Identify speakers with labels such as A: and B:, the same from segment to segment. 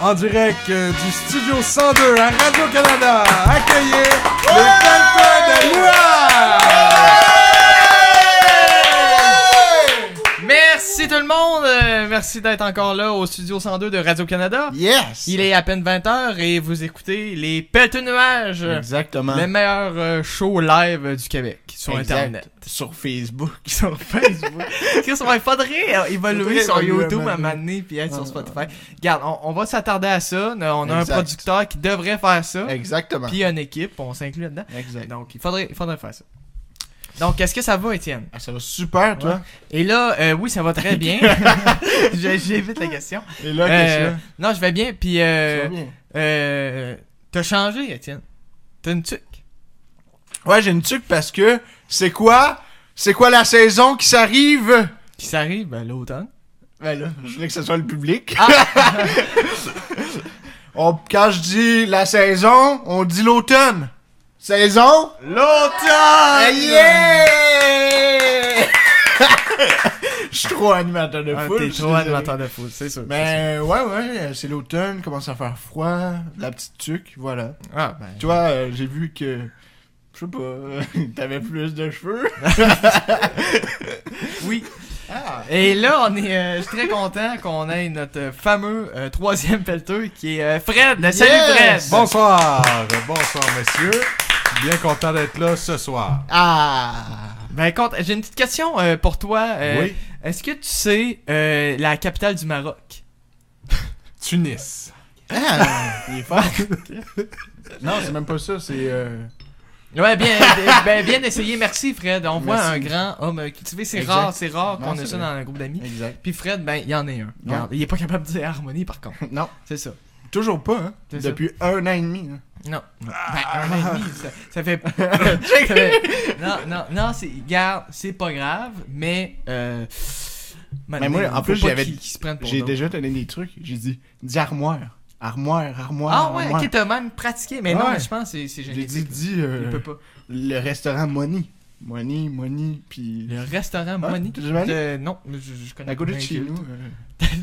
A: en direct euh, du Studio 102 à Radio-Canada. Accueillez les Delta de Lua!
B: Merci tout le monde! Euh, Merci d'être encore là au Studio 102 de Radio-Canada.
C: Yes!
B: Il est à peine 20h et vous écoutez les Pètes Nuages,
C: Exactement.
B: le meilleur euh, show live du Québec sur
C: Exact.
B: Internet.
C: Sur Facebook.
B: Sur Facebook. Chris, ouais, faudrait euh, évoluer
C: Faudrait
B: sur
C: évoluer,
B: YouTube
C: man.
B: à maner puis être sur
C: Ah.
B: Spotify. Regarde, on, on va s'attarder à ça. On a
C: Exact.
B: un producteur qui devrait faire ça.
C: Exactement.
B: Puis une équipe, on s'inclut là-dedans.
C: Exact.
B: Donc, il faudrait, il faudrait faire ça. Donc, est-ce que ça va, Étienne?
C: Ah, ça va super, toi.
B: Et là, euh, oui, ça va très bien. Je- J'évite la question.
C: Et là,
B: Euh,
C: qu'est-ce que
B: non, je vais bien. Puis, euh,
C: ça va bien.
B: euh, t'as changé, Étienne. T'as une tuque.
C: Ouais, j'ai une tuque parce que c'est quoi? C'est quoi la saison qui s'arrive?
B: Qui s'arrive ben, l'automne.
C: Ben là, je voulais que ce soit le public.
B: Ah!
C: On- quand je dis la saison, on dit l'automne. Saison?
B: L'automne!
C: Ah, yeah! Je suis trop animateur de
B: Ah,
C: foule.
B: T'es
C: je Ben. suis
B: trop
C: désolé.
B: animateur de foule, c'est sûr.
C: Mais ouais, ouais, euh, c'est l'automne, commence à faire froid, la petite tuque, voilà.
B: c'est sûr. Ah, ben,
C: Tu vois, euh, j'ai vu que. Je sais pas, euh, t'avais plus de cheveux.
B: oui.
C: Ah!
B: Et là, on est, euh, je suis très content qu'on ait notre euh, fameux euh, troisième pelleteux qui est euh, Fred. Salut
C: Yes!
B: Fred!
A: Bonsoir, bonsoir messieurs. Bien content d'être là ce soir.
C: Ah!
B: Ben, compte- j'ai une petite question euh, pour toi. euh,
A: oui,
B: Est-ce que tu sais euh, la capitale du Maroc?
A: Tunis.
C: Ah! Il est fort! non, c'est même pas ça, c'est. euh,
B: Ouais, bien, ben, bien essayé, merci Fred. On voit
C: Merci.
B: un grand homme euh, cultivé, c'est
C: Exact.
B: rare, c'est rare
C: Non,
B: qu'on
C: c'est
B: ait ça
C: vrai.
B: dans un groupe d'amis.
C: Exact.
B: Puis Fred, ben, il y en est un.
C: Non.
B: Regarde, il est pas capable de dire harmonie par contre,
C: Non,
B: c'est ça.
C: toujours pas, hein.
B: C'est ça.
C: Depuis un an et demi. hein.
B: Non. Ben, un an et demi, ça, ça fait... ça fait- Non, non, non, c'est... Regarde, c'est pas grave, mais... Euh... maintenant,
C: moi, en
B: faut
C: plus,
B: pas
C: j'avais-
B: qu'ils- qu'ils se prennent pour
C: J'ai
B: d'autres.
C: déjà donné des trucs. J'ai dit, dis armoire. Armoire, armoire.
B: Ah ouais,
C: armoire.
B: ok, t'as même pratiqué, mais non,
C: Ouais.
B: mais je pense que c'est- c'est
C: J'ai
B: génial.
C: dit, dis euh,
B: Il peut pas.
C: le restaurant Money. Money, Money, puis.
B: Le restaurant
C: Ah,
B: Money.
C: t'es jamais allé?
B: Euh, non, mais je, je connais
C: À côté de
B: pas
C: chez
B: bien
C: nous.
B: que-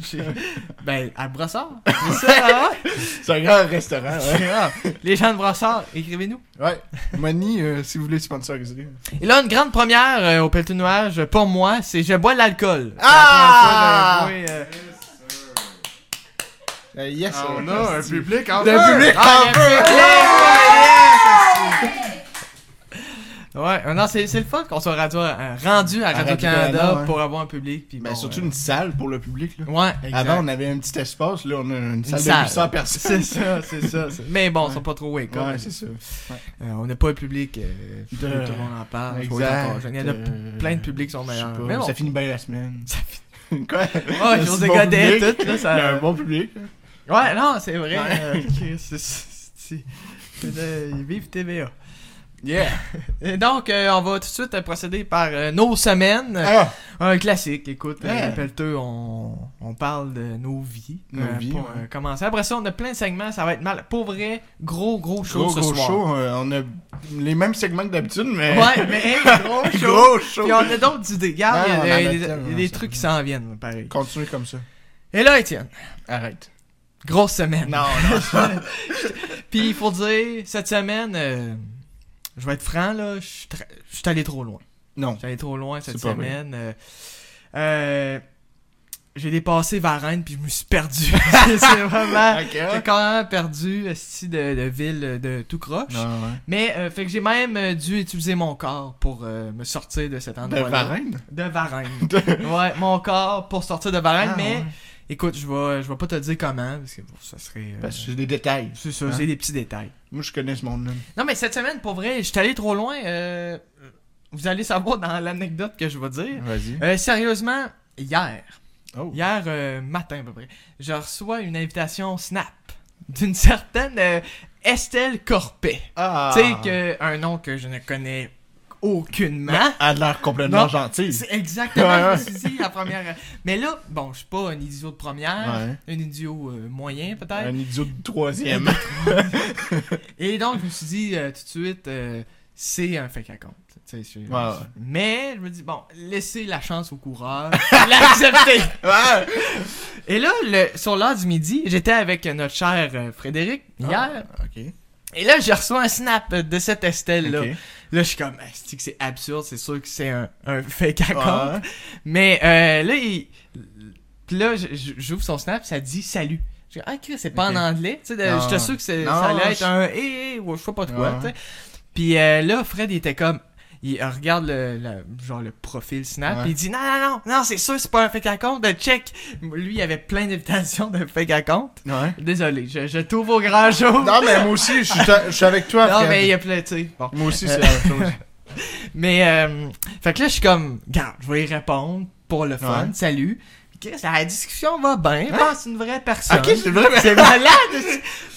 B: chez- ben, à Brossard. C'est ça, là, ouais.
C: euh, C'est un grand restaurant, ouais.
B: Ah, Les gens de Brossard, écrivez-nous.
C: ouais. Money, euh, si vous voulez sponsoriser.
B: Et là, une grande première euh, au Pelletin Nuage, pour moi, c'est je bois de l'alcool. C'est la
C: Ah!
B: première fois, euh, oui, euh,
C: Euh, yes. euh,
A: on a un
C: hostie.
A: public en
C: Le public
B: ah,
C: en
B: il y a
C: feu.
B: plus- Yeah, ouais, yeah, c'est- Ouais, euh, non, c'est c'est le fun qu'on soit radio- euh, rendu à Radio-Canada
C: Radio-Canada, ouais.
B: pour avoir un public. Puis
C: Ben,
B: bon,
C: surtout
B: euh,
C: une salle pour le public, là.
B: Ouais, exact.
C: Avant, on avait un petit espace, là, on a une salle
B: salle.
C: de 800 personnes.
B: C'est ça, c'est ça. c'est- Mais bon, ils sont pas trop wake up.
C: Ouais, c'est ça.
B: Euh, on n'a pas un public. euh,
C: De-
B: tout le monde en parle. faut être
C: Exact.
B: encore jeune. Il y en a p-
C: euh,
B: plein de publics qui sont
C: je sais
B: meilleurs.
C: pas,
B: Mais bon.
C: Ça finit bien la semaine.
B: Ça
C: Quoi?
B: Ah,
C: Un
B: José
C: si bon
B: Godet,
C: public.
B: tout, là,
C: Il y
B: ça-
C: a un bon public.
B: Ouais, non, c'est vrai.
C: Ouais.
B: euh, Chris, c'est- c'est- c'est- c'est de- Vive TVA.
C: Yeah.
B: Et donc, euh, on va tout de suite euh, procéder par euh, nos semaines.
C: Ah,
B: Un classique, écoute.
C: Ouais.
B: euh, Rappelle-toi, on, on parle de nos vies.
C: Nos vies,
B: Pour
C: ouais.
B: euh, commencer. Après ça, on a plein de segments, ça va être mal. Pour vrai, gros, gros show
C: gros,
B: ce
C: gros
B: soir.
C: show. euh, on a les mêmes segments que d'habitude, mais.
B: Ouais, mais hey, gros show.
C: gros show.
B: Puis on a d'autres idées. Regarde,
C: Ouais,
B: il y
C: on en
B: a des-
C: a
B: il y a des,
C: tellement,
B: des
C: ça.
B: trucs qui s'en viennent, pareil.
C: Continue comme ça.
B: Et là, Étienne,
C: Arrête.
B: grosse semaine.
C: Non, non.
B: Puis il faut dire, cette semaine, euh, je vais être franc, là, je suis tra- je suis allé trop loin.
C: non.
B: Je suis allé trop loin cette
C: C'est pas vrai.
B: semaine. euh, euh, j'ai dépassé Varennes, puis je me suis perdu. C'est vraiment...
C: Ok.
B: J'ai quand même perdu, esti, de, de ville de tout croche.
C: Non, ouais.
B: Mais, euh, fait que j'ai même euh, dû utiliser mon corps pour euh, me sortir de cet
C: De
B: endroit-là.
C: Varenne?
B: De Varennes. ouais, mon corps pour sortir de Varennes,
C: Ah,
B: mais
C: ouais.
B: écoute, je vais, je vais pas te dire comment, parce que bon, ça serait. euh,
C: Parce que c'est des détails.
B: c'est ça,
C: hein?
B: c'est des petits détails.
C: Moi, je connais ce monde-là.
B: Non, mais cette semaine, pour vrai, je suis allé trop loin. euh, vous allez savoir dans l'anecdote que je vais dire.
C: Vas-y.
B: Euh, sérieusement, hier,
C: Oh.
B: hier euh, matin à peu près, je reçois une invitation Snap d'une certaine euh, Estelle Corpet.
C: Ah.
B: Tu sais, que, un nom que je ne connais aucunement.
C: Mais Elle a l'air complètement
B: Non.
C: gentille.
B: C'est exactement
C: Ouais,
B: ce que je me suis dit la première. Mais là, bon, je suis pas un idiot de première,
C: Ouais.
B: un idiot euh, moyen peut-être.
C: Un idiot de troisième.
B: Et donc, je me suis dit euh, tout de suite, euh, c'est un fake account. Tu Tu sais, c'est-
C: Ouais, ouais.
B: Mais je me dis, bon, laissez la chance au coureur, l'accepter.
C: Ouais.
B: Et là, le- sur l'heure du midi, j'étais avec euh, notre cher euh, Frédéric
C: Ah.
B: hier.
C: Ok.
B: Et là, j'ai reçu un snap euh, de cette Estelle-là.
C: Ok.
B: Là, je suis comme, Asti que c'est absurde, c'est sûr que c'est un, un fake
C: Ouais.
B: account. Mais euh, là, il... Puis là, j- j- j'ouvre son snap, ça dit salut. Je dis, ah, Chris, c'est pas
C: Ok.
B: en anglais. Tu sais, de-
C: Non.
B: j'étais sûr que c'est-
C: Non,
B: ça allait
C: je-
B: être un hé hé ou je sais pas de quoi.
C: Ouais.
B: tu sais. Puis euh, là, Fred, il était comme. Il regarde le, le- genre le profil Snap,
C: Ouais.
B: puis il dit non, non, non, non, c'est sûr, c'est pas un fake account, de check. Lui, il avait plein d'invitations de fake account.
C: Ouais.
B: Désolé, je, je t'ouvre au grand jour. Non,
C: Non, mais moi aussi, je suis je suis avec toi. Fred.
B: mais Euh, il y a plein, tu sais. Bon.
C: Moi aussi, c'est la même chose.
B: Mais, euh, fait que là, je suis comme, garde, je vais y répondre pour le fun,
C: Ouais.
B: salut. Puis Chris, la discussion va bien, pense une vraie personne.
C: Ok, c'est vrai, mais.
B: C'est malade!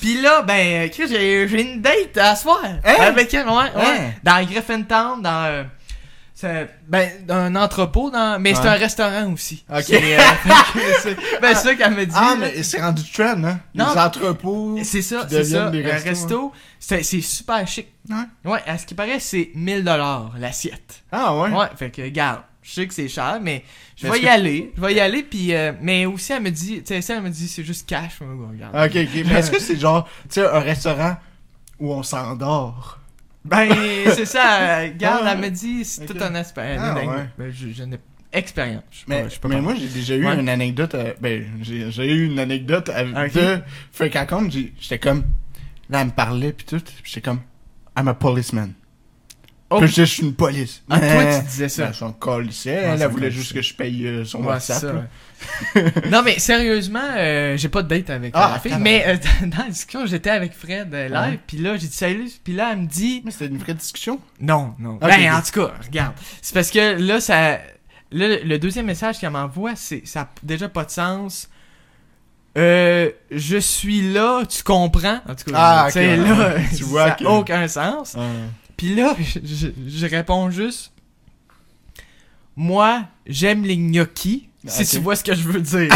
B: Puis là, ben, Chris, j'ai j'ai une date à soir. Avec elle, ouais, ouais.
C: Hein?
B: Dans Griffintown, dans. euh, c'est- ben, dans un entrepôt, dans... mais c'est
C: Ouais.
B: un restaurant aussi.
C: Ok.
B: C'est, euh, fait que c'est- ben, c'est ça qu'elle me dit.
C: Ah,
B: là.
C: mais c'est rendu trend, hein? Les
B: Non.
C: entrepôts.
B: C'est ça,
C: qui
B: c'est ça. Un
C: deviennent des restos, hein.
B: resto, c'est c'est super chic.
C: Ouais.
B: Ouais, à ce qui paraît, c'est 1000$ l'assiette.
C: Ah, ouais.
B: Ouais. fait que, garde, je sais que c'est cher, mais je
C: Mais
B: vais
C: est-ce
B: y
C: que-
B: aller. Je vais y aller, puis. euh, mais aussi, elle me dit, tu sais, ça, elle me dit, c'est juste cash. Moi, regarde.
C: Ok, ok. Mais est-ce que c'est genre, tu sais, un restaurant où on s'endort?
B: Ben, c'est ça. euh, Garde,
C: Ouais.
B: elle me dit, c'est
C: Ok.
B: tout un aspect.
C: Ah,
B: dingue.
C: ouais.
B: Ben, je, je n'ai expérience. Je suis
C: Mais,
B: pas- je peux
C: mais
B: pas.
C: moi, j'ai déjà eu
B: Ouais. Ah,
C: une anecdote. euh, ben, j'ai j'ai eu une anecdote avec
B: Ok.
C: de Frank Acombe. j'ai- J'étais comme. Là, elle me parlait, pis tout. Pis j'étais comme. I'm a policeman.
B: Oh.
C: Puis je suis une police.
B: Ah, toi,
C: Mais-
B: tu disais ça.
C: Ben, son col ici,
B: Ouais,
C: elle,
B: son
C: elle voulait
B: col
C: juste
B: ici.
C: que je paye euh, son
B: Ouais, c'est
C: WhatsApp.
B: ça,
C: là.
B: ouais. non, mais sérieusement, euh, j'ai pas de date avec
C: Ah,
B: la fille.
C: attends.
B: Mais euh, dans la discussion, j'étais avec Fred euh, live,
C: Ouais.
B: puis là, j'ai dit salut, puis là, elle me dit
C: Mais c'était une vraie discussion.
B: non, non.
C: Ok,
B: ben,
C: ok.
B: en tout cas, regarde. C'est parce que là, ça. Là, le deuxième message qu'elle m'envoie, c'est ça a déjà pas de sens. Euh, je suis là, tu comprends? En tout cas,
C: Ah,
B: tu sais,
C: ok, ouais.
B: là,
C: Tu vois
B: ça
C: que-
B: a aucun sens. Puis là, je, je- je réponds juste Moi, j'aime les gnocchis, si
C: Ok.
B: tu vois ce que je veux dire.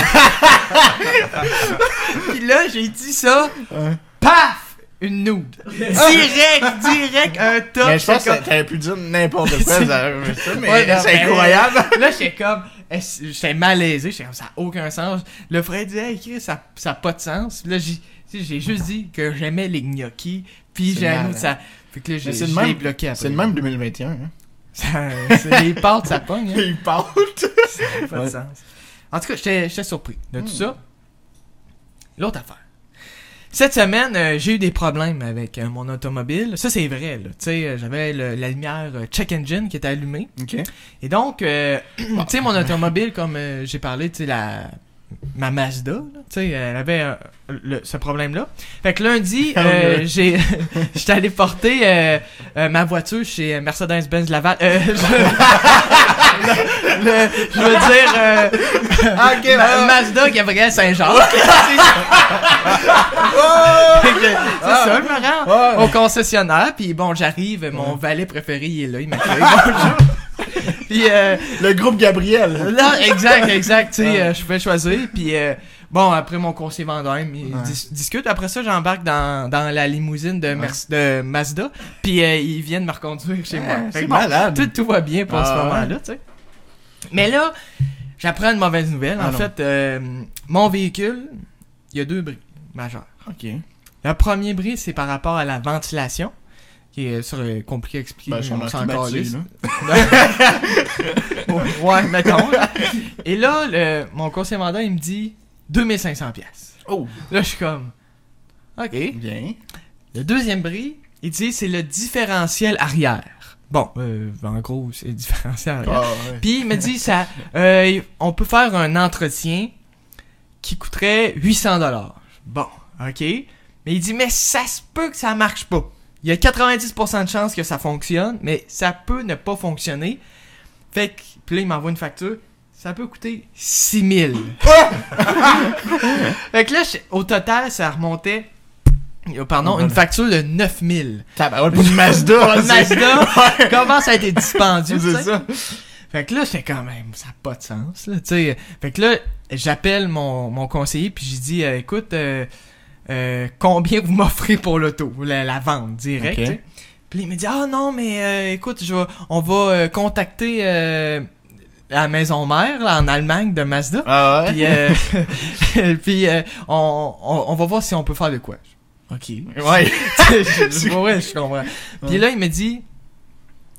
B: Puis là, j'ai dit ça,
C: Ouais.
B: paf Une nude. Direct, direct, un top.
C: Ah. mais je pense
B: j'étais
C: que t'avais pu dire n'importe quoi,
B: C'est-
C: ça aurait fait ça, mais
B: Ouais, ben, non,
C: c'est
B: mais-
C: incroyable.
B: comme- Là, j'étais comme. est-ce- J'étais malaisé, j'étais comme ça n'a aucun sens. Le frère disait, hey, Chris, ça n'a pas de sens. Puis là, j'ai tu sais, j'ai juste dit que j'aimais les gnocchis, puis
C: C'est
B: j'ai un
C: malade.
B: autre, ça. Fait que là, j'ai
C: Mais c'est le
B: je
C: même-
B: l'ai bloqué après.
C: C'est le même 2021. Hein.
B: Ça- c'est les pâtes, ça pogne. hein.
C: Il parle.
B: pas de
C: Ouais.
B: sens. En tout cas, j'étais j'étais surpris de tout
C: Hmm.
B: ça. L'autre affaire. Cette semaine, euh, j'ai eu des problèmes avec euh, mon automobile. Ça, c'est vrai. là. Tu sais, euh, j'avais le- la lumière euh, check engine qui était allumée.
C: Ok.
B: Et donc, euh, tu sais, mon automobile, comme euh, j'ai parlé, tu sais, la... ma Mazda, là, tu sais, elle avait euh, le- ce problème-là. Fait que lundi, euh, j'ai, j'étais allé porter euh, euh, ma voiture chez Mercedes-Benz Laval. Euh, je... le- le- je veux dire, euh,
C: Ok,
B: Ma-
C: bah,
B: Mazda Gabriel Saint-Jacques. Fait que, c'est ça, je me rends
C: Ouais.
B: au concessionnaire, puis bon, j'arrive, mon valet préféré, il est là, il m'accueille, bonjour. Puis, euh,
C: Le groupe Gabriel.
B: Là, exact, exact. Tu sais,
C: Ouais.
B: euh, je fais choisir. Puis, euh, bon, après mon conseiller vendeur, il
C: Ouais.
B: dis- discute. Après ça, j'embarque dans, dans la limousine de, Merce- de Mazda. Puis, euh, ils viennent me reconduire chez moi.
C: Ouais,
B: Fait
C: C'est
B: que bon,
C: malade.
B: tout, tout va bien pour ce
C: Ah,
B: moment-là, tu sais. Mais là, j'apprends une mauvaise nouvelle.
C: Ah,
B: en
C: non.
B: fait, euh, mon véhicule, il y a deux bris majeurs.
C: Ok.
B: Le premier bris, c'est par rapport à la ventilation. Qui est sur, euh, compliqué à expliquer.
C: Ben, son
B: on s'en calisse.
C: automatique,
B: ouais, mettons. là. Et là, le- mon conseiller mandat, il me dit 2500 pièces.
C: Oh.
B: Là, je suis comme, OK.
C: Bien.
B: Le deuxième bris, il dit c'est le différentiel arrière. Bon, euh, en gros, c'est le différentiel arrière.
C: Ah, ouais.
B: Puis il me dit ça, euh, on peut faire un entretien qui coûterait 800 dollars. Bon, OK. Mais il dit mais ça se peut que ça marche pas. Il y a 90% de chances que ça fonctionne, mais ça peut ne pas fonctionner. Fait que puis là il m'envoie une facture, ça peut coûter 6000. fait que là je- au total ça remontait euh, pardon, une facture de 9000.
C: Tabarouette pour une Mazda. hein,
B: Pour le
C: c'est-
B: Mazda,
C: Ouais.
B: comment ça a été dispendieux, tu sais?
C: C'est ça.
B: Fait que là, j'étais quand même, ça n'a pas de sens, là, tu sais. Fait que là, j'appelle mon, mon conseiller, puis j'ai dit, euh, écoute, euh, euh, combien vous m'offrez pour l'auto, la, la vente direct,
C: Ok.
B: tu sais. Puis il me dit ah non mais euh, écoute, je vais- on va euh, contacter euh, la maison mère là, en Allemagne de Mazda.
C: Ah ouais?
B: Puis, euh, puis, euh, on, on, on va voir si on peut faire de quoi. Ok.
C: Ouais.
B: je, ouais, je comprends. Puis là, il me dit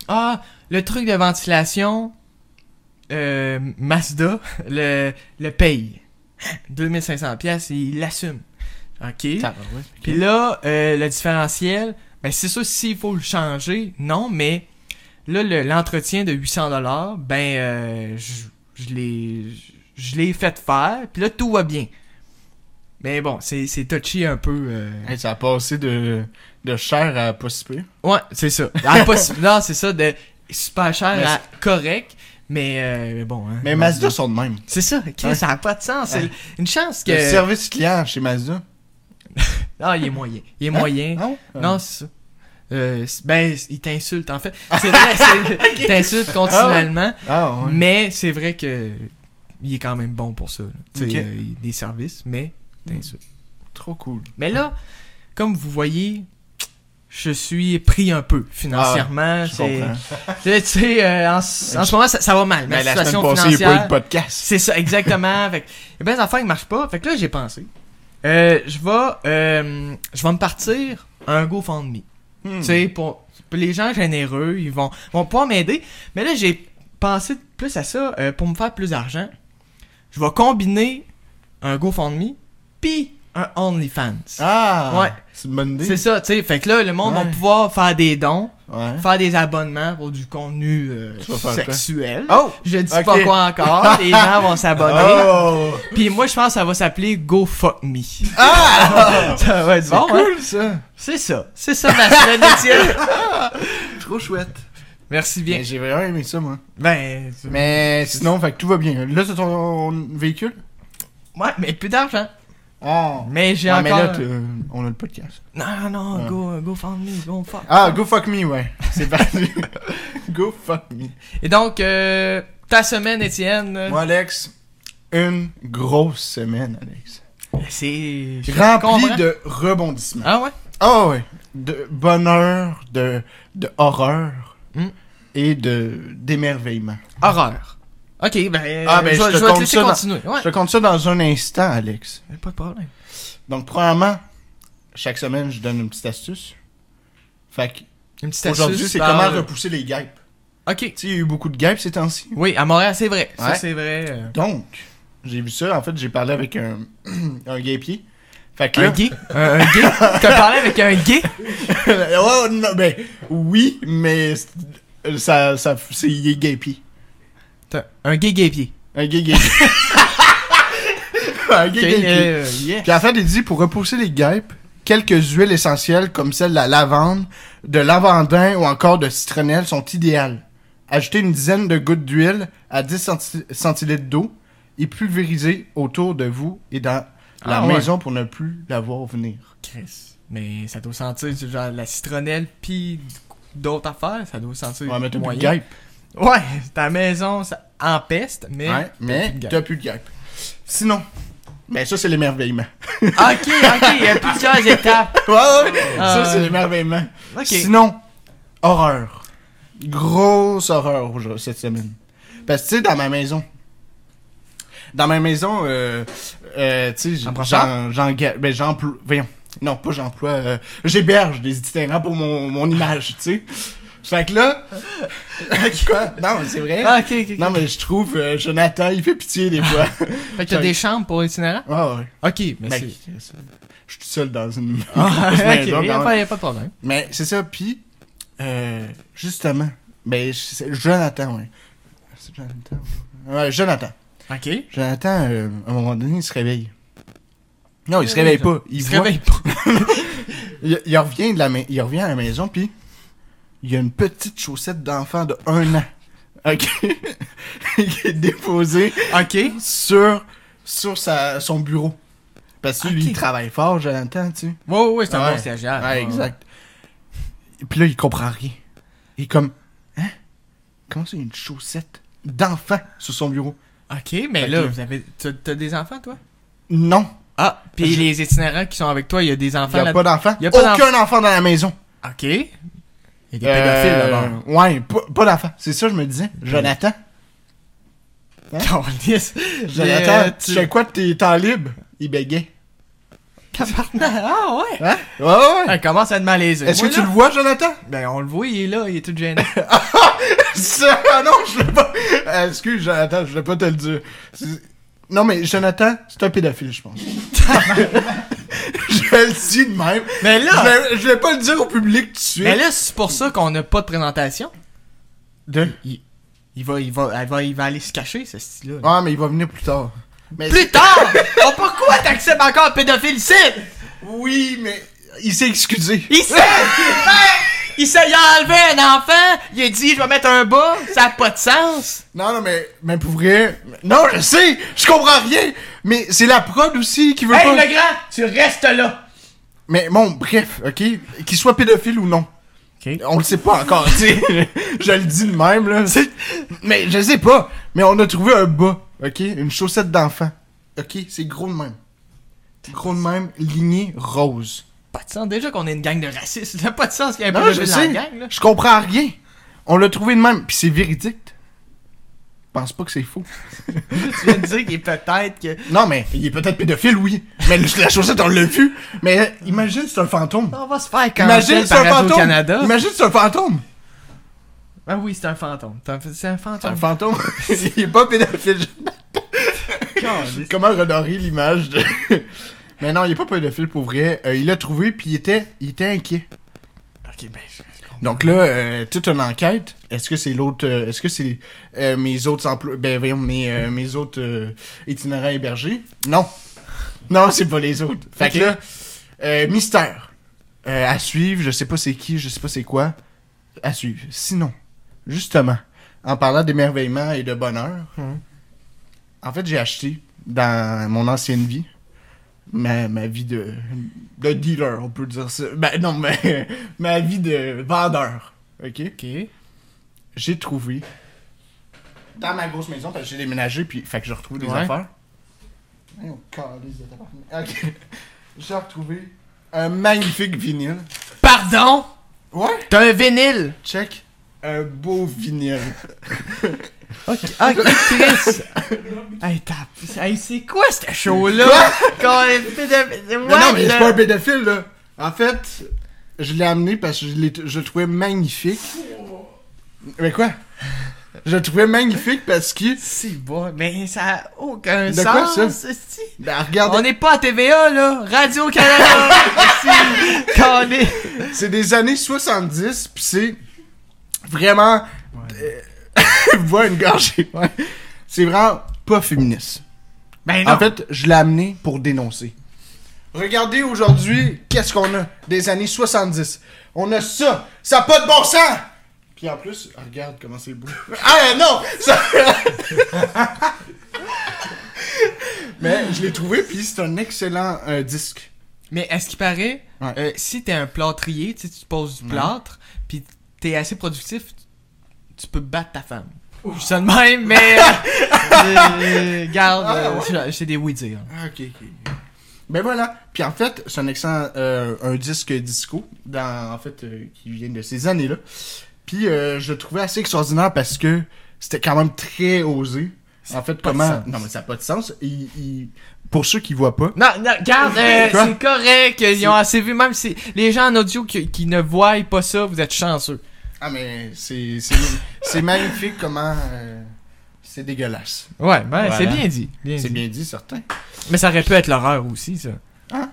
B: Ah, le truc de ventilation, euh, Mazda, le, le paye. 2500$, piastres, il l'assume. Ok. Puis là, euh, le différentiel, ben c'est ça s'il faut le changer, non, mais là, le- l'entretien de 800 dollars, ben euh, je- je l'ai je l'ai fait faire, puis là, tout va bien. Mais bon, c'est c'est touchy un peu. euh.
C: Hey, ça a passé de, de cher à pas si peu.
B: Ouais, c'est ça. À possible, non, c'est ça, de super cher
C: Mais
B: à correct, mais euh, bon. Hein,
C: Mais Mazda sont de même.
B: C'est ça, Chris,
C: Ouais.
B: ça n'a pas de sens. c'est
C: Ouais.
B: Une chance
C: Le
B: que.
C: service client chez Mazda.
B: Ah, il est moyen. Il est moyen.
C: Ah ouais?
B: Non, c'est ça. Euh, c'est- ben, il t'insulte, en fait. C'est vrai, c'est- il t'insulte continuellement,
C: Ah ouais.
B: mais c'est vrai que il est quand même bon pour ça. là. Tu sais,
C: Ok. Mm.
B: euh, il y a des services, mais il t'insulte.
C: Trop cool.
B: Mais là, comme vous voyez, je suis pris un peu financièrement.
C: Ah Je
B: C'est-
C: comprends.
B: tu sais, euh, en, ce- en ce moment, ça, ça va mal. Ma
C: Mais la
B: situation
C: semaine passée, il n'y a pas eu
B: financière.
C: de podcast.
B: C'est ça, exactement. fait que, eh ben, les affaires, ils marchent pas. Fait que là, j'ai pensé. Euh, je vais, euh, je vais me partir un GoFundMe.
C: Hmm.
B: Tu sais, pour, pour les gens généreux, ils vont, vont pouvoir m'aider. Mais là, j'ai pensé plus à ça euh, pour me faire plus d'argent. Je vais combiner un GoFundMe puis un OnlyFans.
C: Ah!
B: Ouais.
C: C'est une bonne idée.
B: C'est ça, tu sais. Fait que là, le monde va
C: Ouais.
B: pouvoir faire des dons,
C: Ouais.
B: faire des abonnements pour du contenu euh,
C: Tu vas faire quoi?
B: sexuel.
C: Oh!
B: Je dis
C: Ok.
B: pas quoi encore. les gens vont s'abonner.
C: Oh!
B: Puis moi, je pense que ça va s'appeler Go Fuck Me.
C: Ah!
B: ça va être
C: C'est
B: bon, hein?
C: cool, ça.
B: C'est ça. C'est ça ma semaine d'études.
C: Trop chouette.
B: Merci bien.
C: Bien, j'ai vraiment aimé ça, moi.
B: Ben, c'est-
C: Mais sinon, fait que tout va bien. Là, c'est ton véhicule?
B: ouais, mais plus d'argent.
C: Ah!
B: Mais j'ai
C: Ah, mais
B: encore...
C: là, t'es- euh, on a le podcast.
B: Non, non,
C: Ah.
B: go, go Fuck Me, go fuck.
C: Ah, go fuck me, ouais. C'est parti. go fuck me.
B: Et donc, euh, ta semaine, Étienne, euh,
C: Moi, Alex, une grosse semaine, Alex.
B: c'est... je comprends.
C: Remplie de rebondissements.
B: Ah ouais?
C: Ah ouais. De bonheur, de, de horreur
B: Hmm.
C: et de d'émerveillement.
B: Horreur. Ok, ben,
C: Ah, ben,
B: je, vais-
C: je te
B: je vais te
C: compte
B: laisser
C: ça dans-
B: continuer. Ouais,
C: Je te compte ça dans un instant, Alex.
B: pas de problème.
C: Donc, premièrement, chaque semaine, je donne une petite astuce. Fait que
B: Une petite
C: aujourd'hui,
B: astuce ben, euh,
C: c'est
B: par-
C: comment repousser les guêpes.
B: Ok.
C: Tu sais, il y a eu beaucoup de guêpes ces temps-ci.
B: Oui, à Montréal, c'est vrai. Ça,
C: Ouais.
B: c'est vrai. euh.
C: Donc, j'ai vu ça. En fait, j'ai parlé avec un, un guêpier. Fait que là,
B: Un gay? Euh, Un, un gay? T'as parlé avec un gay?
C: Ouais, non, ben, oui, mais c'est- euh, ça, ça, c'est il est guêpier.
B: T'as- Un gay gay pied.
C: Un gay guêpier. un gay
B: Ok,
C: guêpier.
B: euh, yeah.
C: Puis en fait, il dit pour repousser les guêpes, quelques huiles essentielles comme celle de la lavande, de lavandin ou encore de citronnelle sont idéales. Ajoutez une dizaine de gouttes d'huile à 10 centi- centilitres d'eau et pulvérisez autour de vous et dans la
B: Ah ouais.
C: maison pour ne plus la voir venir.
B: Chris. Mais ça doit sentir du genre de la citronnelle pis d'autres affaires, ça doit sentir
C: Ouais, mais t'as plus de
B: moyen.
C: guêpes.
B: Ouais, ta maison ça empeste, mais
C: Ouais, mais
B: plus de
C: t'as plus de guêpes. Sinon, ben ça c'est l'émerveillement.
B: OK, OK, il y a plusieurs étapes.
C: Ouais, ouais,
B: Ah,
C: ça c'est
B: ouais.
C: l'émerveillement.
B: OK.
C: Sinon, horreur. Grosse horreur aujourd'hui, cette semaine. Parce que tu sais, dans ma maison, dans ma maison, euh, euh, tu sais,
B: En
C: j'en- j'en- ben, j'emploie, voyons, non pas j'emploie, euh, j'héberge des itinérants pour mon, mon image, tu sais. Fait que là, quoi? Non, mais c'est vrai.
B: Ah, OK, OK.
C: Non, mais je trouve, euh, Jonathan, il fait pitié des fois.
B: Fait que t'as des chambres pour itinérants?
C: Ah ouais.
B: OK, mais
C: Ben,
B: c'est...
C: je suis tout seul dans une
B: Ah,
C: grosse
B: OK,
C: maison,
B: y a
C: quand
B: pas,
C: même.
B: y a pas de problème.
C: Mais c'est ça, puis euh, justement, ben je- c'est Jonathan, ouais. C'est Jonathan. Ouais, Jonathan.
B: OK.
C: Jonathan, euh, à un moment donné, il se réveille. Non, il se
B: Ouais,
C: réveille
B: je-
C: pas. Il,
B: Il se
C: voit-
B: réveille pas.
C: Il, il revient de la ma- il revient à la maison, puis il y a une petite chaussette d'enfant de 1 an. OK? qui est déposée
B: OK.
C: sur, sur sa, son bureau. Parce que lui,
B: Ok.
C: il travaille fort, Jonathan, tu sais.
B: Ouais, ouais, ouais, c'est un
C: Ouais.
B: bon stagiaire.
C: Ah, Ouais, exact. Et Puis là, il comprend rien. Il est comme, hein? Comment ça, il y a une chaussette d'enfant sur son bureau?
B: Ah. OK, mais
C: Ok.
B: là, vous avez... T'as t'as des enfants, toi?
C: Non,
B: Ah, pis
C: Je-
B: les itinérants qui sont avec toi, il y a des
C: il
B: enfants
C: n'y a
B: là
C: pas d'enfant.
B: il y a pas
C: Aucun enfant dans la maison.
B: OK. Il y a des pédophiles
C: Euh,
B: là-bas.
C: Ouais, pas, pas d'enfant. C'est ça, je me disais. Jonathan.
B: Câlisse.
C: Jonathan,
B: Mais, euh,
C: tu fais quoi de tes temps libres? Il bégait.
B: Ah ouais!
C: Hein? Ouais, ouais, ouais.
B: Il commence à être malaisé.
C: Est-ce
B: Moi,
C: que tu
B: là-
C: le vois, Jonathan?
B: Ben, on le voit, il est là, il est tout gêné.
C: Ça, ah non, je l'ai pas. Euh, Excuse, Jonathan, je vais pas te le dire. C'est- Non, mais Jonathan, c'est un pédophile, je pense. je le dis de même.
B: mais là!
C: Je vais- Je vais pas le dire au public tout de suite.
B: Mais là, c'est pour ça qu'on n'a pas de présentation.
C: De-
B: Il va, il va, elle va, il va aller se cacher, ce style-là.
C: Ah, mais il va venir plus tard. Mais
B: Plus tard! Oh, pourquoi t'acceptes encore un pédophile ici?
C: oui, mais il s'est excusé.
B: Ici! Hey! Il s'est il a enlevé un enfant, il a dit je vais mettre un bas, ça n'a pas de sens!
C: Non, non, mais, mais pour vrai. Non, je sais, je comprends rien. Mais c'est la prod aussi qui veut
B: Hey
C: pas.
B: le grand, tu restes là!
C: Mais bon, bref, ok, qu'il soit pédophile ou non.
B: Ok.
C: On le sait pas encore, tu sais. je le dis de même, là. C'est- Mais je sais pas. Mais on a trouvé un bas, ok? Une chaussette d'enfant. Ok? C'est gros de même. Gros de même, ligné rose.
B: Pas de sens, déjà qu'on est une gang de racistes, ça n'a pas de sens qu'il y ait un
C: Non,
B: pédophile
C: je
B: dans la
C: sais.
B: gang, là.
C: Je comprends rien. On l'a trouvé de même, puis c'est véridique. Pense pas que c'est faux.
B: tu viens de dire qu'il est peut-être que.
C: Non, mais il est peut-être pédophile, oui. Mais le- la chaussette, on l'a vu. Mais euh, imagine, c'est un fantôme.
B: On va se faire quand
C: Imagine, c'est un fantôme.
B: Canada.
C: Imagine, c'est un fantôme.
B: Ah oui, c'est un fantôme. T'as- C'est un
C: C'est un
B: fantôme.
C: fantôme. il est pas pédophile.
B: Câlisse.
C: Comment redorer l'image de... Mais non, il est pas pédophile pour vrai. Euh, il l'a trouvé, puis il était, il était inquiet.
B: Ok, ben, je-
C: Donc là, euh, toute une enquête. Est-ce que c'est l'autre... euh, Est-ce que c'est euh, mes autres emplois... Ben, voyons, mes, euh, mes autres euh, itinérants hébergés? Non. Non, c'est pas les autres. Fait
B: Ok.
C: que là, euh, mystère. Euh, à suivre, je sais pas c'est qui, je sais pas c'est quoi. À suivre. Sinon, justement, en parlant d'émerveillement et de bonheur,
B: Mhm.
C: en fait, j'ai acheté dans mon ancienne vie, ma, ma vie de, de dealer, on peut dire ça. Ben non, mais ma vie de vendeur. OK?
B: Ok.
C: J'ai trouvé dans ma grosse maison, parce que j'ai déménagé, puis fait que j'ai retrouvé des
B: Ouais.
C: affaires. Hey, on calisse de tabarnak. OK. J'ai retrouvé un magnifique vinyle.
B: Pardon?
C: Ouais?
B: T'as un vinyle!
C: Check. Un beau vinyle.
B: Ok, ok, Chris! hey, t'as- hey, c'est quoi ce show-là? Quand les
C: Non,
B: pédophiles-
C: non, mais
B: What
C: c'est
B: the-
C: pas un pédophile, là. En fait, je l'ai amené parce que je, l'ai- je le trouvais magnifique. Mais quoi? Je le trouvais magnifique parce que...
B: C'est bon, mais ça a aucun
C: De
B: sens.
C: quoi, ça?
B: esti.
C: Ben,
B: On
C: regardez,
B: n'est pas à TVA, là! Radio-Canada! esti. Quand les-
C: c'est des années 70, puis c'est vraiment... Euh, Vois une gorgée, ouais. C'est vraiment pas féministe.
B: Ben non!
C: En fait, je l'ai amené pour dénoncer. Regardez aujourd'hui, qu'est-ce qu'on a des années 70. On a ça, ça n'a pas de bon sens. Puis en plus, regarde comment c'est beau. Ah non, ça- Mais je l'ai trouvé, puis c'est un excellent euh, disque.
B: Mais à ce qui paraît,
C: Ouais.
B: euh, si t'es un plâtrier, tu sais, tu poses du plâtre, puis t'es assez productif, tu peux battre ta femme. Je suis de même, mais. euh, euh, Garde,
C: Ah,
B: euh, c'est- c'est des oui-dire.
C: Ah, ok, ok. Ben voilà. Puis en fait, c'est un excellent euh, un disque disco, dans, en fait, euh, qui vient de ces années-là. Puis euh, je le trouvais assez extraordinaire parce que c'était quand même très osé. En fait,
B: pas de
C: comment.
B: sens.
C: Non, mais ça n'a pas de sens. Il- il- Pour ceux qui voient pas.
B: Non, non, garde, euh,
C: Quoi?
B: c'est correct, ils ont assez vu, même si les gens en audio qui, qui ne voient pas ça, vous êtes chanceux.
C: Ah, mais c'est c'est- c'est magnifique comment. euh, c'est dégueulasse.
B: Ouais, ben,
C: Voilà.
B: c'est bien dit. bien
C: C'est
B: dit.
C: bien dit, certain.
B: Mais ça aurait pu être l'horreur aussi, ça.
C: Hein?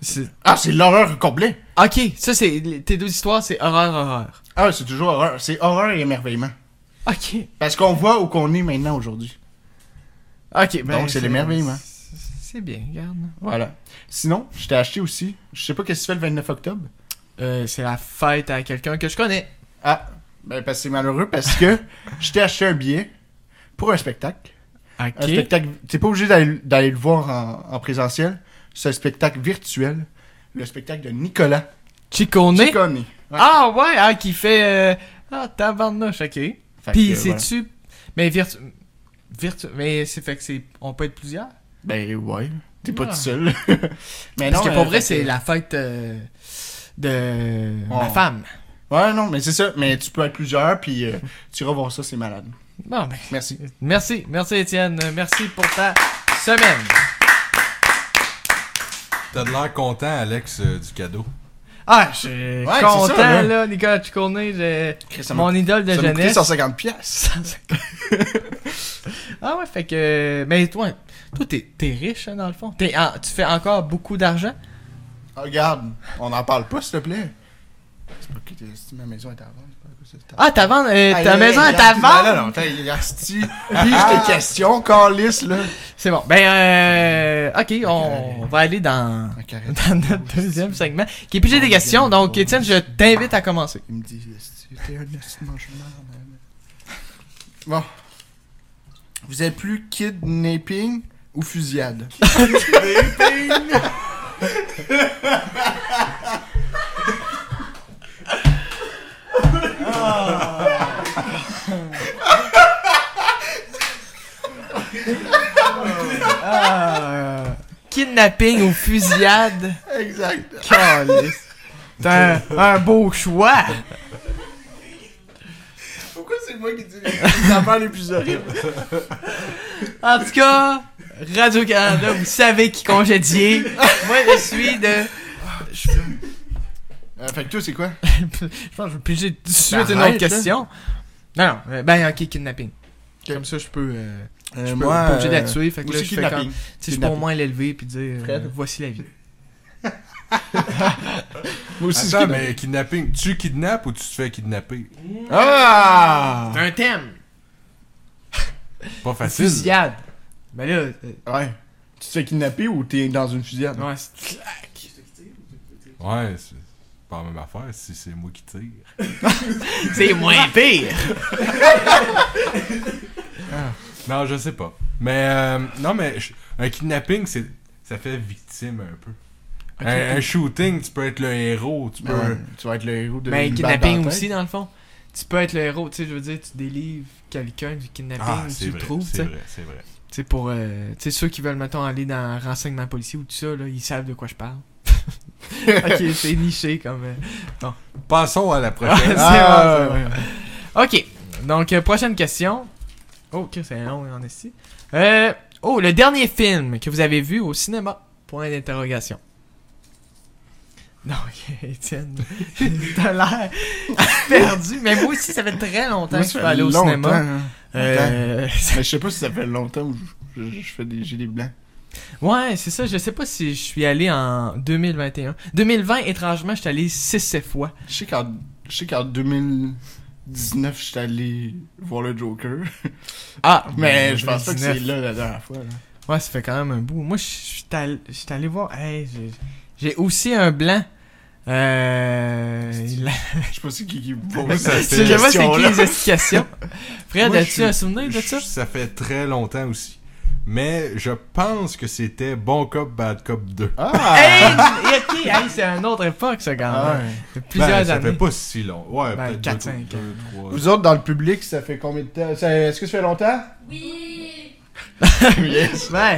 B: C'est-
C: Ah, c'est l'horreur complète.
B: Ok, ça, c'est. Tes deux histoires, c'est horreur, horreur.
C: Ah, c'est toujours horreur. C'est horreur et émerveillement.
B: Ok.
C: Parce qu'on voit où qu'on est maintenant aujourd'hui.
B: Ok, ben,
C: Donc, c'est l'émerveillement.
B: c'est- C'est bien, garde.
C: Voilà. Sinon, je t'ai acheté aussi. Je sais pas qu'est-ce que tu fais le 29 octobre.
B: Euh, c'est la fête à quelqu'un que je connais.
C: Ah, ben parce que c'est malheureux parce que je t'ai acheté un billet pour un spectacle. Un
B: Ok.
C: spectacle, t'es pas obligé d'aller d'aller le voir en, en présentiel. C'est un spectacle virtuel. Le spectacle de Nicolas
B: Chicone.
C: Ciccone. Ouais.
B: Ah ouais, ah, qui fait. euh, Ah, tabarnouche, ok.
C: Fait
B: Puis
C: que,
B: c'est-tu. Mais virtu. Virtu. Mais c'est fait que c'est. On peut être plusieurs.
C: voilà. Ben ouais, t'es pas
B: Ah.
C: tout seul. Mais
B: Parce
C: non,
B: que pour
C: euh,
B: vrai,
C: fait
B: c'est
C: que-
B: la fête euh, de
C: Oh.
B: ma femme.
C: Ouais, non, mais c'est ça. Mais tu peux être plusieurs, puis euh, tu vas voir ça, c'est malade.
B: Bon, ben,
C: Merci.
B: merci, merci Étienne, merci pour ta semaine.
A: T'as de l'air content, Alex, euh, du cadeau.
B: Ah, je suis
C: Ouais, c'est
B: content
C: ça, là.
B: là, Nicolas Ciccone, j'ai-
C: Chris, ça m'a-
B: mon idole de
C: ça m'a coûté
B: jeunesse.
C: 150 pièces.
B: Ah ouais, fait que. Mais toi, toi t'es t'es riche hein, dans le fond. T'es- ah, tu fais encore beaucoup d'argent.
C: Regarde, on n'en parle pas, s'il te plaît. C'est pas que t'es- si ma maison est à vendre, c'est pas que c'est à
B: Ah, ta vente, euh, ta
C: Hey,
B: maison
C: hey,
B: est à
C: regarde, ben
B: vendre.
C: Là, non, t'as- il y a asti. Vive tes questions, Carlis, là.
B: C'est bon. Ben, euh, ok, on va aller dans,
C: Un carré.
B: dans notre deuxième segment qui est pigé des questions. Donc, Étienne, je t'invite à commencer.
C: Il me dit, asti, t'es un asti mange Bon. Vous êtes plus kidnapping ou fusillade? Euh.
B: Kidnapping ou fusillade,
C: Exact.
B: Calisse. c'est un, un beau choix.
C: Pourquoi c'est moi qui dis les les affaires les plus horribles?
B: En tout cas, Radio-Canada, vous savez qui congédier. Moi, je suis de...
C: Euh, fait que toi, c'est quoi?
B: je pense que je vais piger tout de suite une
C: arrête,
B: autre question. Non, non, euh, ben, ok, kidnapping.
C: Ok.
B: Comme ça, je peux... euh,
C: Euh,
B: je peux pas obligé de la tuer, fait que
C: aussi
B: là, je fais comme...
C: kidnapping.
B: Tu sais, je peux au moins l'élever puis dire euh,
C: Fred?
B: voici la vie.
C: Moi aussi,
A: Attends,
C: kidnapping.
A: mais kidnapping, tu kidnappes ou tu te fais kidnapper?
C: Ah!
B: un thème.
A: Pas facile.
B: Fusillade. Ben là, euh,
C: Ouais. Tu te fais kidnapper ou t'es dans une fusillade?
B: ouais, c'est clac.
A: Ouais, c'est pas la même affaire si c'est moi qui tire.
B: C'est moins pire.
A: Non, je sais pas. Mais euh, non, mais je- un kidnapping, c'est ça fait victime un peu. Un, un shooting, tu peux être le héros, tu peux.
C: Ben Ouais, Tu vas être le héros de
B: Mais
C: une balle
B: Ben, kidnapping
C: dans la
B: aussi,
C: tête.
B: dans le fond. Tu peux être le héros, tu sais, je veux dire, tu délivres quelqu'un du kidnapping,
A: Ah,
B: tu
A: c'est
B: le
A: vrai,
B: trouves, tu
A: c'est
B: sais.
A: vrai, c'est vrai.
B: Tu sais, pour, euh, tu sais, ceux qui veulent, mettons, aller dans renseignement policier ou tout ça, là, ils savent de quoi je parle. ok, c'est niché comme... euh,
A: Passons à la
B: Ah, c'est
A: prochaine.
C: Ah,
B: vrai, c'est vrai. Ok, donc euh, prochaine question. Oh, ok, c'est long en esti. Euh, oh, le dernier film que vous avez vu au cinéma Point d'interrogation. Non, ok, Étienne, t'as l'air perdu. Mais moi aussi, ça fait très longtemps
C: Moi,
B: que je
C: ça
B: suis
C: fait
B: pas allé au
C: longtemps,
B: cinéma.
C: hein.
B: Euh,
C: Mais Ben, je sais pas si ça fait longtemps où je, je- je fais des, j'ai des blancs.
B: ouais, c'est ça. Je sais pas si je suis allé en 2021. 2020, étrangement, je suis allé 6-7 fois.
C: Je sais qu'en, je sais qu'en 2019, je suis allé voir le Joker.
B: Ah,
C: Mais je pense pas que c'est
B: 19.
C: là la dernière fois. là.
B: Ouais, ça fait quand même un bout. Moi, je suis allé, j'suis allé voir. Hey, j'ai- j'ai aussi un blanc. Euh. la-
C: Je sais pas c'est qui qui me
A: Moi,
C: pose
A: ça fait-
B: Je
C: cette
B: sais pas c'est
C: question
B: qui les explications. Fred,
A: Moi,
B: as-tu
A: je-
B: un souvenir de
A: Je-
B: ça?
A: Ça fait très longtemps aussi. Mais je pense que c'était Bon Cop, Bad Cop 2.
C: Ah!
B: Hey! ok, hey, c'est une autre époque, ça, quand
C: Ah
B: même.
C: ouais.
B: C'est Plusieurs
A: Ben, ça fait
B: années.
A: pas si long. Ouais,
B: Ben,
A: peut-être
B: quatre,
A: deux,
B: cinq
A: deux, trois.
C: Vous autres, dans le public, ça fait combien de temps? Ça- est-ce que ça fait longtemps?
D: Oui.
C: yes!
B: Ouais,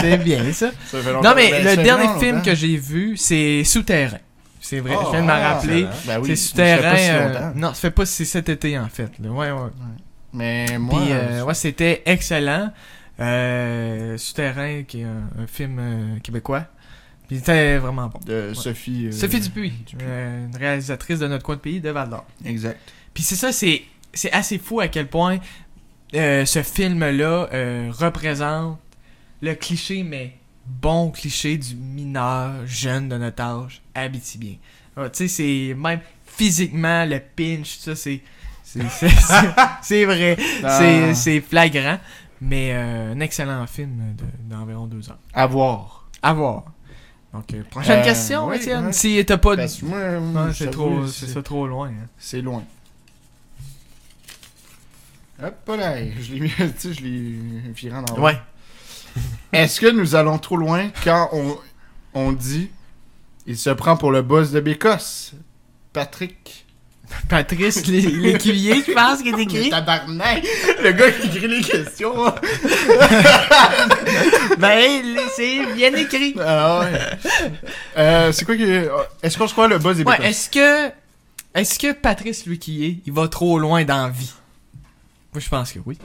B: c'est bien, ça.
C: Ça fait longtemps.
B: Non, mais
C: Ben,
B: le
C: ça fait
B: dernier
C: longtemps.
B: film que j'ai vu, c'est Souterrain. C'est vrai,
A: Oh,
B: je viens de m'en
C: ah,
B: rappeler.
A: excellent.
C: Ben oui,
B: c'est
C: ça fait
B: Souterrain.
C: pas si
B: euh,
C: longtemps.
B: non, ça fait pas si cet été, en fait. là. Ouais, ouais.
C: Mais
B: Puis
C: moi,
B: euh, ouais, c'était excellent. Euh, Souterrain, qui est un, un film euh, québécois. Puis c'était vraiment bon.
C: de Sophie. euh,
B: Sophie Dupuis, euh, une réalisatrice de notre coin de pays de Val d'Or.
C: Exact.
B: Puis c'est ça, c'est, c'est assez fou à quel point euh, ce film-là euh, représente le cliché, mais bon cliché du mineur jeune de notre âge, habitibien. Ah, tu sais, c'est même physiquement le pinch, ça, c'est. C'est, c'est, c'est- c'est vrai,
C: Ah.
B: c'est, c'est flagrant, mais euh, un excellent film de- d'environ deux ans.
C: À voir.
B: À voir. Donc, euh, prochaine
C: Euh,
B: question,
C: oui,
B: Étienne.
C: ouais. Ben,
B: Si t'as pas. de-
C: Parce que moi,
B: Non,
C: moi,
B: c'est,
C: j'avoue,
B: trop,
C: c'est-
B: c'est ça trop loin. hein.
C: C'est loin. Hop oh là, je l'ai mis, tu sais, je l'ai viré en avant.
B: Ouais.
C: Est-ce que nous allons trop loin quand on, on dit il se prend pour le boss de Bécosse Patrick.
B: Patrice l'é- l'écuyer, je pense qu'il est
C: Le
B: écrit.
C: tabarnak Le gars qui écrit les questions
B: Ben, l- c'est bien écrit.
C: Ah ouais. Euh, C'est quoi que. Est-ce qu'on se croit le boss des
B: Ouais,
C: Bécosses
B: est-ce que Est-ce que Patrice Luquier, il va trop loin dans la vie? Moi, je pense que oui.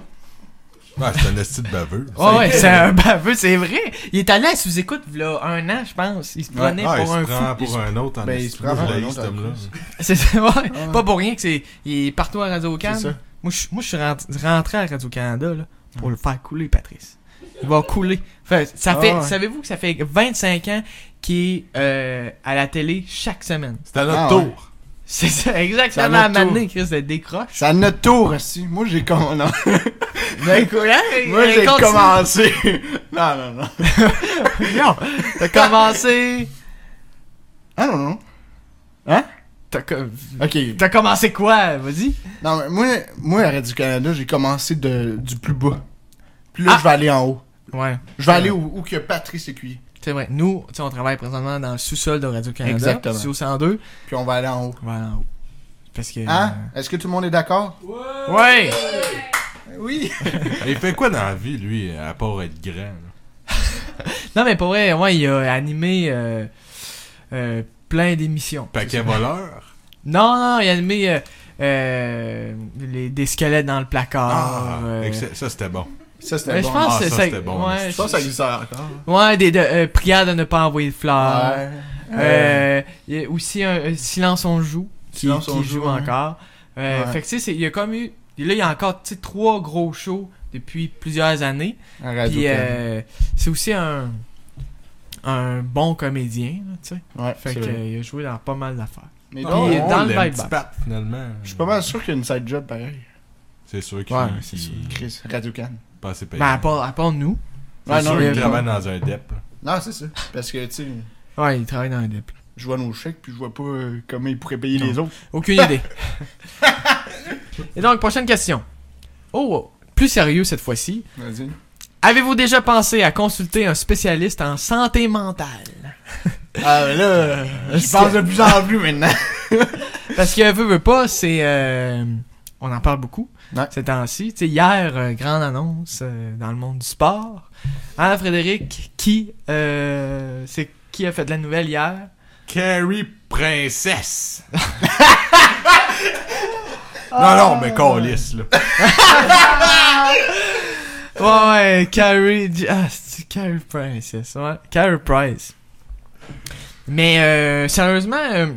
B: Ah
A: Ouais, c'est un esti de baveux.
B: Ouais, ouais, c'est un baveux, c'est vrai. Il est allé à sous-écoute, là, un an, je pense. Il se
A: Ouais,
B: prenait
A: ah, il
B: pour un
A: se
B: fou.
A: prend pour un autre en
C: Ben, il
A: esti.
C: se prend
A: Moi,
C: pour
A: je
C: un
A: l'ai
C: autre
A: cet
C: en
A: homme-là.
C: plus.
B: C'est c'est- ouais, pas pour rien que c'est. Il est partout à Radio-Can.
C: Ah C'est ça. Hmm.
B: Moi, je moi, je suis rentré rentré à Radio-Canada, là, pour le faire couler, Patrice. Il va couler. Fait- ça
C: Ah,
B: fait,
C: ouais.
B: savez-vous que ça fait 25 ans qu'il est euh, à la télé chaque semaine?
A: C'était à notre
C: Ah, ouais.
A: tour.
B: C'est ça,
C: Ça
B: exactement à
C: l'a tout.
B: m'amener, Chris, de décroche.
C: C'est à notre tour aussi. Moi, j'ai com- non.
B: Ben, quoi, hein?
C: Moi, j'ai
B: Continue.
C: commencé. non, non, non.
B: Non, t'as commencé...
C: Ah, non, non. Hein?
B: T'as com-
C: Ok.
B: t'as commencé quoi? Vas-y.
C: Non, mais moi, moi à Radio-Canada, j'ai commencé de, du plus bas. Puis là,
B: Ah.
C: je vais aller en haut.
B: Ouais.
C: Je vais aller où, où que Patrice est cuit.
B: C'est vrai. Nous, tu sais, on travaille présentement dans le sous-sol de Radio-Canada.
C: Exactement.
B: Sous 102.
C: Puis on va aller en haut.
B: On va aller en haut. Parce que...
C: Hein? Est-ce que tout le monde est d'accord?
B: euh, Ouais!
C: Oui.
A: Il fait quoi dans la vie, lui, à part être grand? là?
B: Non, mais pour vrai, ouais, il a animé euh, euh, plein d'émissions.
A: Paquet voleur?
B: Non, non, il a animé euh, euh, les, des squelettes dans le placard.
A: Ah,
B: euh,
A: excell- ça c'était bon.
C: Ça, c'était
B: mais
C: bon.
B: je pense
A: Ah,
B: que
A: ça,
B: c'est-
A: c'était bon.
B: ouais,
A: Je
C: Ça, ça existe encore.
B: ouais, des de- euh, prières de ne pas envoyer de fleurs.
C: Ouais.
B: Ah. Euh, il y a aussi un euh, Silence on joue qui,
C: Silence on
B: qui joue
C: joue, hein.
B: encore. Euh,
C: Ouais.
B: Fait que tu sais, c'est- il y a comme eu. Là, il y a encore tu sais, trois gros shows depuis plusieurs années.
C: En
B: Puis
C: Radio-Canada.
B: euh, c'est aussi un, un bon comédien. là, tu sais.
C: ouais,
B: Fait
C: c'est
B: que,
C: vrai.
B: euh, il a joué dans pas mal d'affaires.
C: Mais
B: Puis,
C: non,
B: euh,
C: on-
B: dans le
A: l'aime
B: vibe
A: petit
B: back.
A: pape, finalement.
C: je suis pas mal sûr qu'il y a une side job pareil.
A: C'est sûr qu'il
B: Ouais,
A: qu'il-
C: Chris, Radio-Can.
A: pas assez payé.
B: Ben, à part, à part nous.
A: C'est
C: Ouais, non,
A: sûr
B: il y a
A: qu'il
B: pas-
A: travaille dans un DEP. là.
C: Non, c'est ça. Parce que, tu sais,
B: Ouais, il travaille dans un dep.
C: je vois nos chèques, puis je vois pas euh, comment ils pourraient payer les autres.
B: Aucune idée. Et donc, prochaine question. Oh, plus sérieux cette fois-ci.
C: Vas-y.
B: Avez-vous déjà pensé à consulter un spécialiste en santé mentale?
C: Ah, mais là, euh, j'y pense de plus en plus maintenant.
B: Parce que, veut, veut pas, c'est... euh, on en parle beaucoup
C: Ouais.
B: ces temps-ci. Tu sais, hier, euh, grande annonce euh, dans le monde du sport. Hein, Frédéric? Qui, euh, c'est qui a fait de la nouvelle hier?
A: Carrie Princesse. non, non,
C: Ah,
A: mais Calis, là.
B: Ouais, ouais, Carrie. Ah, c'est Carrie Price, yes, ouais. Carrie Price. Mais euh, sérieusement, euh,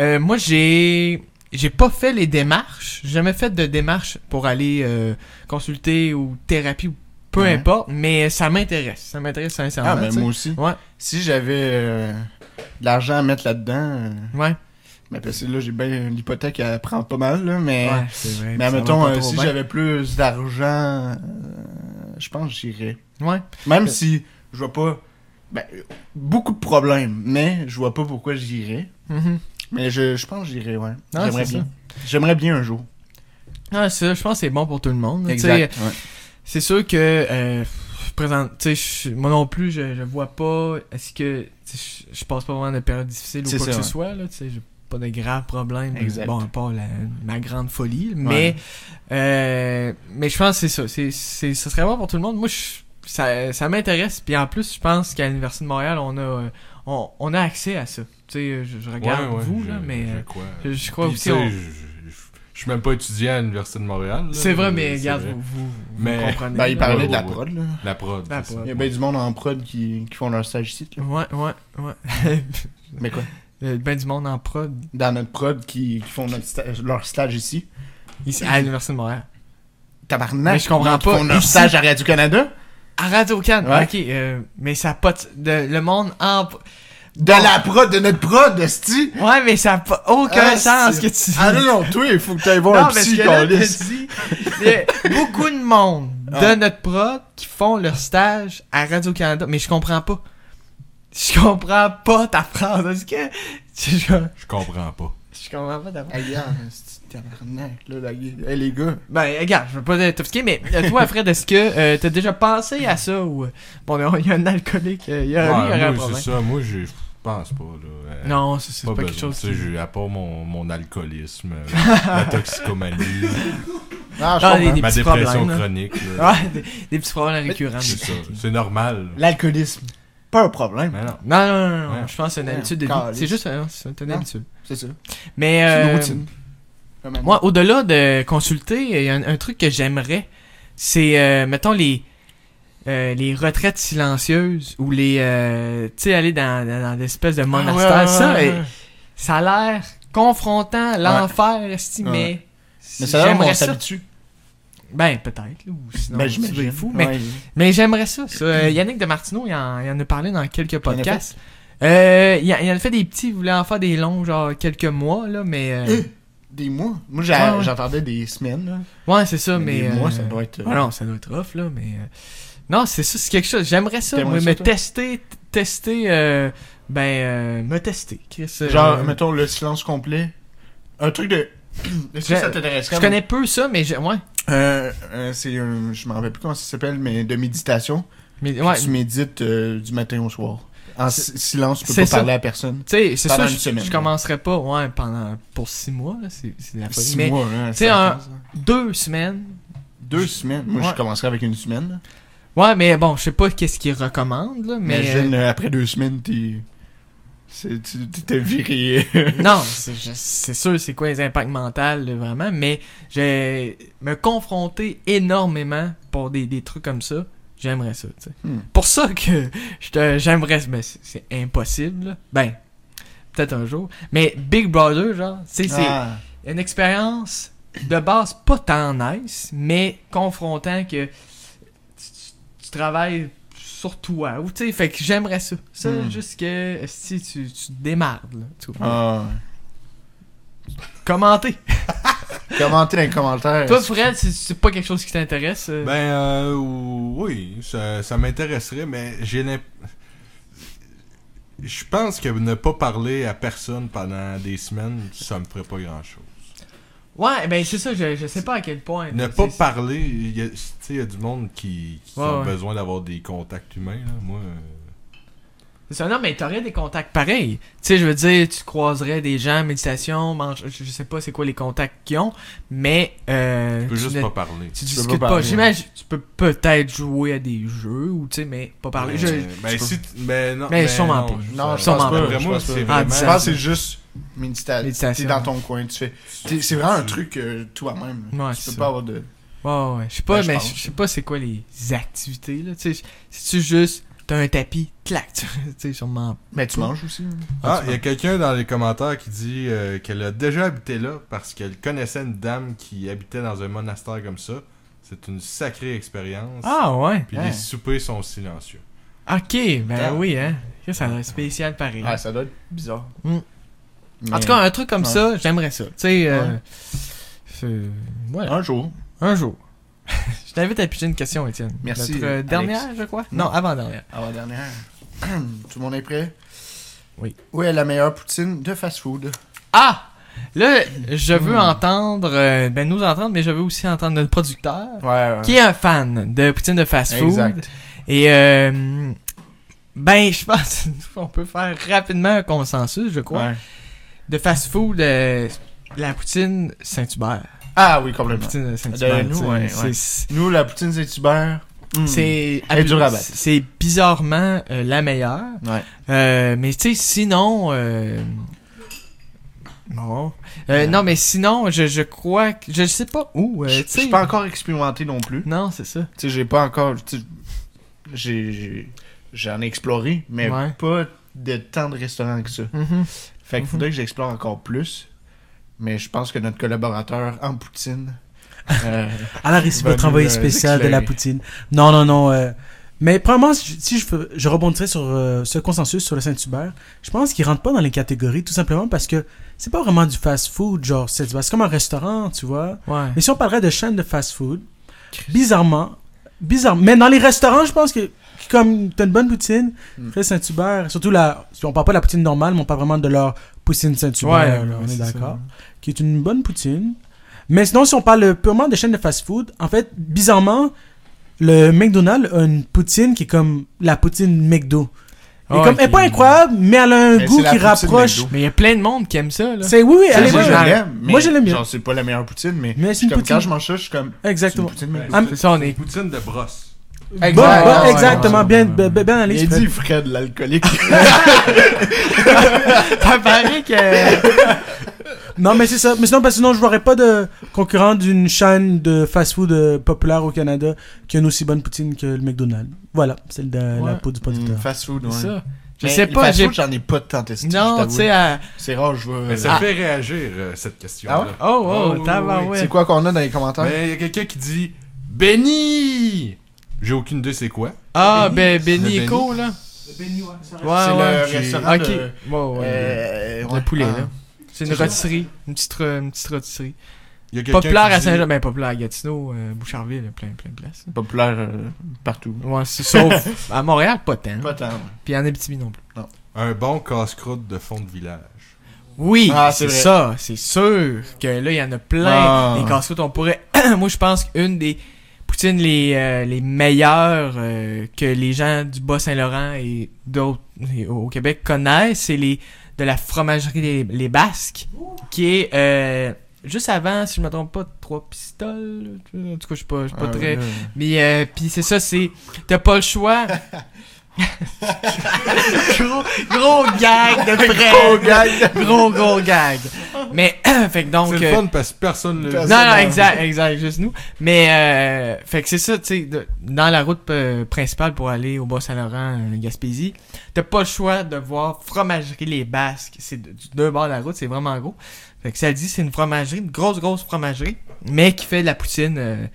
B: euh, moi j'ai. J'ai pas fait les démarches. J'ai jamais fait de démarches pour aller euh, consulter ou thérapie ou peu
C: Ouais.
B: importe, mais ça m'intéresse. Ça m'intéresse sincèrement.
C: Ah, mais
B: tu sais.
C: moi aussi.
B: Ouais.
C: Si j'avais euh, de l'argent à mettre là-dedans, euh,
B: Ouais,
C: mais parce que là, j'ai bien l'hypothèque, elle prend pas mal, là, mais.
B: ouais, c'est vrai.
C: Mais
B: ça va
C: admettons,
B: pas
C: euh,
B: trop
C: si
B: bien.
C: j'avais plus d'argent, euh, je pense que j'irais.
B: Ouais.
C: Même si je vois pas ben, beaucoup de problèmes, mais je vois pas pourquoi j'irais.
B: Mhm.
C: Mais je, je pense que j'irais, ouais.
B: Ah,
C: J'aimerais
B: c'est
C: bien. J'aimerais bien un jour.
B: Ah, ça, je pense que c'est bon pour tout le monde. Tu sais, euh,
C: ouais.
B: C'est sûr que euh, présent, tu sais, je- moi non plus, je, je vois pas. Est-ce que tu sais, je, je passe pas vraiment de période difficile ou
C: C'est
B: quoi que
C: ça,
B: ce
C: ouais.
B: soit là, tu sais, j'ai pas de graves problèmes.
C: Exact.
B: Bon, à part la- ma grande folie, mais euh, mais je pense que c'est ça, c'est c'est ça serait bon pour tout le monde. Moi, je- ça ça m'intéresse. Puis en plus, je pense qu'à l'université de Montréal, on a euh, on, on a accès à ça. Tu sais, je, je regarde
A: Ouais, ouais,
B: vous
A: je-
B: là, mais
A: Je
B: euh,
A: crois.
B: je, je crois
A: Puis,
B: aussi.
A: tu sais,
B: on-
A: je- je- je- Je suis même pas étudiant à l'Université de Montréal. là.
B: C'est vrai, mais
A: C'est
B: regarde,
A: vrai.
B: vous, vous, vous
A: Mais-
B: comprenez.
C: Ben, il
B: là.
C: parlait
A: Ouais,
C: de la
A: ouais, ouais.
C: prod, là.
A: La prod.
B: La
A: c'est
B: prod.
C: Il y a
A: ça.
C: bien du monde en prod qui, qui font leur stage ici, là.
B: Ouais, ouais, ouais.
C: Mais quoi?
B: Euh, ben du monde en prod
C: Dans notre prod qui, qui font notre sta- leur stage ici.
B: ici, à l'Université de Montréal.
C: Tabarnak!
B: Mais je comprends
C: non, qui
B: pas.
C: font leur
B: Ici-
C: stage à Radio-Canada?
B: À Radio-Can,
C: Ouais.
B: ok. euh, mais ça a pas... de- de- le monde en... pro-
C: De
B: Bon.
C: la prod de notre prod, esti!
B: Ouais, mais ça a pas aucun
C: Ah,
B: sens que
C: c'est-
B: tu...
C: Ah non, non, toi, il faut que t'ailles
B: Non,
C: voir un
B: parce
C: psy,
B: que là,
C: câlisse.
B: t'as dit, il y a beaucoup de monde de
C: Ah.
B: notre prod qui font leur stage à Radio-Canada, mais je comprends pas. Je comprends pas ta phrase, est-ce que... Je, je-
A: Je comprends pas.
B: je comprends pas ta phrase.
C: Hey, gars, c'est tabarnak, là, la gueule. Hey, les gars.
B: Ben, regarde, je veux pas t'offusquer, mais euh, toi, Fred, est-ce que euh, t'as déjà pensé à ça ou... euh, Bon, il y a un alcoolique, euh, il y a, lui, il y
A: Ouais,
B: aurait un
A: moi,
B: problème.
A: c'est ça. Moi, je je pense pas. là. Euh,
B: Non, c'est c'est pas,
A: besoin.
B: quelque chose.
A: Tu sais, j'ai- à part mon, mon alcoolisme, euh, la toxicomanie,
C: Non, je
B: Ah,
C: comprends.
B: les-
A: ma
B: petits
A: dépression
B: problèmes, là.
A: chronique. là.
B: Ah, des, des petits problèmes récurrents.
A: C'est ça. C'est normal.
C: L'alcoolisme. pas un problème.
A: Mais non.
B: Non, non, non, non,
A: Ouais.
B: je pense que c'est une
C: Ouais,
B: habitude de vie.
C: calice.
B: C'est juste euh, c'est une
C: Non.
B: habitude.
C: C'est ça.
B: Mais
C: C'est
B: euh,
C: une routine. Comme un-
B: Moi, au-delà de consulter, il y a un, un truc que j'aimerais, c'est, euh, mettons, les, euh, les retraites silencieuses ou les. euh, tu sais, aller dans, dans, dans des espèces de
A: Ah, ouais,
B: monastères.
A: ouais,
B: ça,
A: ouais,
B: euh, ça a l'air confrontant, l'enfer, esti,
C: Ouais.
B: mais.
C: Mais ça, là, on
B: j'aimerais ça.
C: s'habitue.
B: Ben, peut-être, là, ou sinon,
C: Ben,
B: tu vas être
C: j'imagine.
B: fou, mais,
C: Ouais.
B: mais j'aimerais ça. ça. Euh, Yannick de Martineau, il en, il en a parlé dans quelques podcasts. Euh, il, en, il en a fait des petits, il voulait en faire des longs, genre quelques mois, là, mais. euh,
C: Eh, Des mois. Moi,
B: Ouais,
C: j'a-
B: ouais.
C: j'entendais des semaines. là.
B: Ouais, c'est ça, mais.
C: Eh! des mois,
B: euh,
C: ça doit être. euh,
B: Ah non, ça doit être rough, là, mais... euh, Non, c'est ça, c'est quelque chose. J'aimerais ça,
C: T'aimerais
B: moi,
C: ça,
B: me
C: toi?
B: tester, t- tester, euh, ben, euh, me tester, Chris. euh,
C: Genre, mettons, le silence complet. Un truc de. Est-ce que
B: Je-
C: ça t'intéresserait?
B: Je connais peu ça, mais j'ai- ouais.
C: Euh, euh, c'est un. Je me rappelle plus comment ça s'appelle, mais de méditation.
B: Mais, ouais,
C: Tu
B: tu
C: médites euh, du matin au soir. En si- silence, tu peux
B: c'est
C: pas
B: ça.
C: parler à personne.
B: sais, c'est
C: Pendant
B: ça,
C: une
B: je,
C: semaine,
B: je
C: là.
B: commencerai pas, ouais, pendant, pour six mois, là, c'est c'est la folie.
C: Six
B: Mais
C: mois, hein,
B: tu sais,
C: ça
B: un-
C: commence, hein.
B: deux semaines,
C: Deux semaines. Moi,
B: Ouais.
C: je commencerai avec une semaine. là.
B: ouais, mais bon, je sais pas qu'est-ce qu'ils recommandent, là, mais...
C: Imagine, euh, après deux semaines, t'es. c'est- Tu tu t'es viré.
B: euh, non, c'est je- c'est sûr, c'est quoi les impacts mentaux, là, vraiment, mais j'ai me confronter énormément pour des, des trucs comme ça, j'aimerais ça, tu sais.
C: Hmm.
B: pour ça que je te- j'aimerais mais c'est c'est impossible là. ben peut-être un jour mais Big Brother genre tu sais, c'est
C: Ah.
B: une expérience de base pas tant nice mais confrontant que tu, tu- tu travailles sur toi ou tu sais fait que j'aimerais ça ça
C: Hmm.
B: juste que si tu, tu te démarres là, tu comprends?
C: Ah.
B: commenter
C: Commentez dans les commentaires.
B: toi Fred c'est- c'est pas quelque chose qui t'intéresse euh?
A: Ben, euh, oui, ça, ça m'intéresserait, mais j'ai l'imp- Je pense que ne pas parler à personne pendant des semaines, ça me ferait pas grand-chose.
B: ouais ben c'est ça je, je sais pas à quel point
A: Ne
B: C'est-
A: pas parler, il y a- tu sais, il y a du monde qui, qui
B: Ouais,
A: ont
B: ouais.
A: besoin d'avoir des contacts humains. là. Moi, euh,
B: C'est ça, non, mais t'aurais des contacts pareils. Tu sais, je veux dire, tu croiserais des gens en méditation, mange- je je sais pas c'est quoi les contacts qu'ils ont, mais euh,
A: je peux
B: tu,
A: juste
B: ne-
A: pas parler.
B: tu
C: peux
B: discutes
C: pas
B: pas.
C: parler. hein.
B: J'imagine, tu peux peut-être jouer à des jeux, ou tu sais, mais pas parler.
A: Euh,
B: Je-
A: ben, si tu- ben, non,
B: Mais
A: ben
B: sûrement
A: non,
B: pas.
A: je-
C: Non,
A: ça-
C: je
B: Sûrement
C: pense
B: pas.
C: pas.
A: D'après moi,
C: je pense pas.
A: c'est
B: Ah,
A: vraiment.
C: Je pense que c'est juste méditation.
B: Méditation.
C: T'es dans ton coin, tu fais. t'es- C'est vraiment un truc euh, toi-même.
B: Ouais,
C: tu
B: c'est
C: peux
B: ça.
C: pas avoir de.
B: Ouais, ouais, je sais pas,
C: Ben, je
B: mais
C: pense.
B: je sais pas c'est quoi les activités, là. Tu sais, c'est-tu juste, t'as un tapis, clac, tu tu sais, sûrement.
C: Mais tu manges aussi. hein.
A: Ah, il y a quelqu'un dans les commentaires qui dit euh, qu'elle a déjà habité là parce qu'elle connaissait une dame qui habitait dans un monastère comme ça. C'est une sacrée expérience.
B: Ah, ouais.
A: Puis
C: ouais.
A: les soupers sont silencieux.
B: Ok, ben
C: Ah.
B: oui, hein. Ça doit être spécial pareil.
C: Ah, ça doit être bizarre.
B: Mm.
C: Mais
B: en tout cas, un truc comme
C: Ouais.
B: ça, j'aimerais ça. Tu sais, euh,
C: Ouais.
B: c'est- voilà.
C: un jour.
B: Un jour. je t'invite à piger une question, Étienne.
C: Merci,
B: Notre, euh,
C: Alex.
B: dernière, je crois. Non,
C: Non.
B: avant-dernière.
C: Avant dernière. tout le monde est prêt?
B: Oui.
C: Où est la meilleure poutine de fast-food?
B: Ah! Là, je veux
C: Hmm.
B: entendre, euh, ben nous entendre, mais je veux aussi entendre notre producteur,
C: Ouais, ouais.
B: qui est un fan de poutine de fast-food.
C: Exact.
B: Et, euh, ben, je pense qu'on peut faire rapidement un consensus, je crois,
C: Ouais.
B: de fast-food, euh, la poutine Saint-Hubert.
C: Ah oui,
B: La
C: complètement.
B: poutine de Saint-Hubert,
C: De nous,
B: tu sais,
C: ouais,
B: c'est-
C: ouais.
B: c'est-
C: Nous, la poutine Saint-Hubert. mm.
B: C'est
C: Elle est dure à battre.
B: c'est bizarrement euh, la meilleure.
C: Ouais.
B: Euh, mais tu sais, sinon. euh, Non. Euh,
C: Ouais.
B: Non, mais sinon, je, je crois que. Je sais pas où. euh,
C: Je
B: tu sais.
C: je suis pas encore expérimenté non plus.
B: Non, c'est ça.
C: Tu sais, j'ai pas encore. tu sais, j'ai- j'ai- J'en ai exploré, mais
B: Ouais.
C: pas de tant de restaurants que ça.
B: Mhm.
C: Fait qu'il
B: Mhm.
C: faudrait que j'explore encore plus. Mais je pense que notre collaborateur en Poutine. euh,
D: À la risque de
C: Ben,
D: votre envoyé
C: euh,
D: spécial de
C: éclairer.
D: la poutine. Non, non, non. euh, mais premièrement, si je- si je, fais- je rebondirais sur euh, ce consensus sur le Saint-Hubert, je pense qu'il rentre pas dans les catégories, tout simplement parce que c'est pas vraiment du fast-food, genre Saint-Hubert. C'est comme un restaurant, tu vois.
B: Ouais.
D: Mais si on parlerait de chaîne de fast-food, bizarrement, bizarre, mais dans les restaurants, je pense que comme t'as une bonne poutine,
B: Hmm.
C: Mm.
D: Fred Saint-Hubert, surtout la, on parle pas de la poutine normale, mais on parle vraiment de leur poutine Saint-Hubert,
B: Ouais,
D: là,
B: ouais,
D: on est,
B: c'est ça.
D: d'accord, qui est une bonne poutine. Mais sinon, si on parle purement de chaîne de fast-food, en fait, bizarrement, le McDonald's a une poutine qui est comme la poutine McDo. Elle est
B: Ah,
D: comme, elle est
B: ok.
D: pas incroyable, mais elle a un
C: Mais
D: goût
C: c'est la
D: qui
C: poutine
D: rapproche.
C: McDo.
B: Mais il y a plein de monde qui aime ça, là.
D: C'est oui, oui,
C: tu sais,
D: elle est
B: c'est
C: moi,
D: bonne.
C: je
B: génial.
C: l'aime, mais
D: Moi, je l'aime bien.
C: Genre, c'est pas la meilleure poutine, mais.
D: Mais c'est une
C: comme,
D: poutine.
C: quand je mange ça, je suis comme. C'est une
D: Exactement.
C: poutine, mais.
A: Ouais,
D: Ah,
A: c'est-
B: mais ça, on est-
A: Poutine de brosse.
B: Exact.
D: Bon,
B: Ouais,
D: bon,
B: ouais, ouais,
D: exactement.
A: ouais.
D: bien, bien, bien, bien analysé,
C: Il
D: Fred.
C: dit Fred, l'alcoolique.
B: Ça paraît que.
D: Non, mais c'est ça. Mais sinon, parce que sinon, je n'aurais pas de concurrent d'une chaîne de fast-food euh, populaire au Canada qui a une aussi bonne poutine que le McDonald's. Voilà, c'est le- la
B: Ouais.
D: peau du producteur.
C: Mm, fast food, ouais.
B: ça. Je
C: Mais
B: sais
C: le
B: pas,
C: fast
B: j'ai-
C: food, j'en ai pas tant testé. je
B: Non,
C: t'avoue.
B: tu sais. à-
C: C'est rare, je veux.
A: Mais ça
B: Ah.
A: fait réagir, euh, cette
C: Ah
A: question-là.
C: ouais?
B: Oh, oh,
A: Oh, oui,
B: tabarouette.
A: oui,
C: C'est quoi qu'on a dans les commentaires
A: Mais il y a quelqu'un qui dit Benny J'ai aucune idée c'est quoi.
B: Ah, ben,
A: Le
B: Benny
A: Benny.
B: Eco, là. Ouais,
C: C'est
B: ouais.
C: le restaurant.
B: Ok.
C: de-
B: Ouais, ouais.
C: Euh, ouais.
B: Le poulet,
C: Ah.
B: là. C'est une
C: C'est ça.
B: rôtisserie. Une petite, ro- une petite rôtisserie.
A: Il y a quelqu'un
B: Populaire
A: qui
B: à
A: dit-
B: Saint-Jean. Ben, populaire à Gatineau, euh, Boucherville, plein, plein de places.
C: Populaire euh, partout.
B: Ouais, c'est- sauf à Montréal, pas tant.
C: Pas tant.
B: Puis en Abitibi non plus.
A: Un bon casse-croûte de fond de village.
B: Oui,
C: Ah, c'est
B: c'est
C: vrai.
B: ça. C'est sûr que là, il y en a plein.
C: Ah.
B: Les casse on pourrait... Moi, je pense qu'une des poutines les, euh, les meilleures euh, que les gens du Bas-Saint-Laurent et d'autres et au Québec connaissent, c'est les de la fromagerie Les, Les Basques, qui est... euh, Juste avant, si je me trompe pas, trois pistoles. En tout cas, je suis pas, je suis pas
C: Ah,
B: très.
C: ouais.
B: Mais euh, puis c'est ça, c'est t'as pas le choix. gros, gros gag de
C: Gros
B: près.
C: gag.
B: Gros gros gag. Mais fait que donc
A: C'est le
B: euh,
A: fun parce que personne ne le
C: Personne-
B: non non
C: c'est bon.
B: exact exact juste nous. Mais euh, fait que c'est ça, tu sais de- dans la route euh, principale pour aller au Bas-Saint-Laurent euh, Gaspésie, t'as pas le choix de voir fromagerie les Basques, c'est de- du deux bords de la route, c'est vraiment gros. Fait que ça le dit c'est une fromagerie, une grosse grosse fromagerie, mais qui fait de la poutine euh,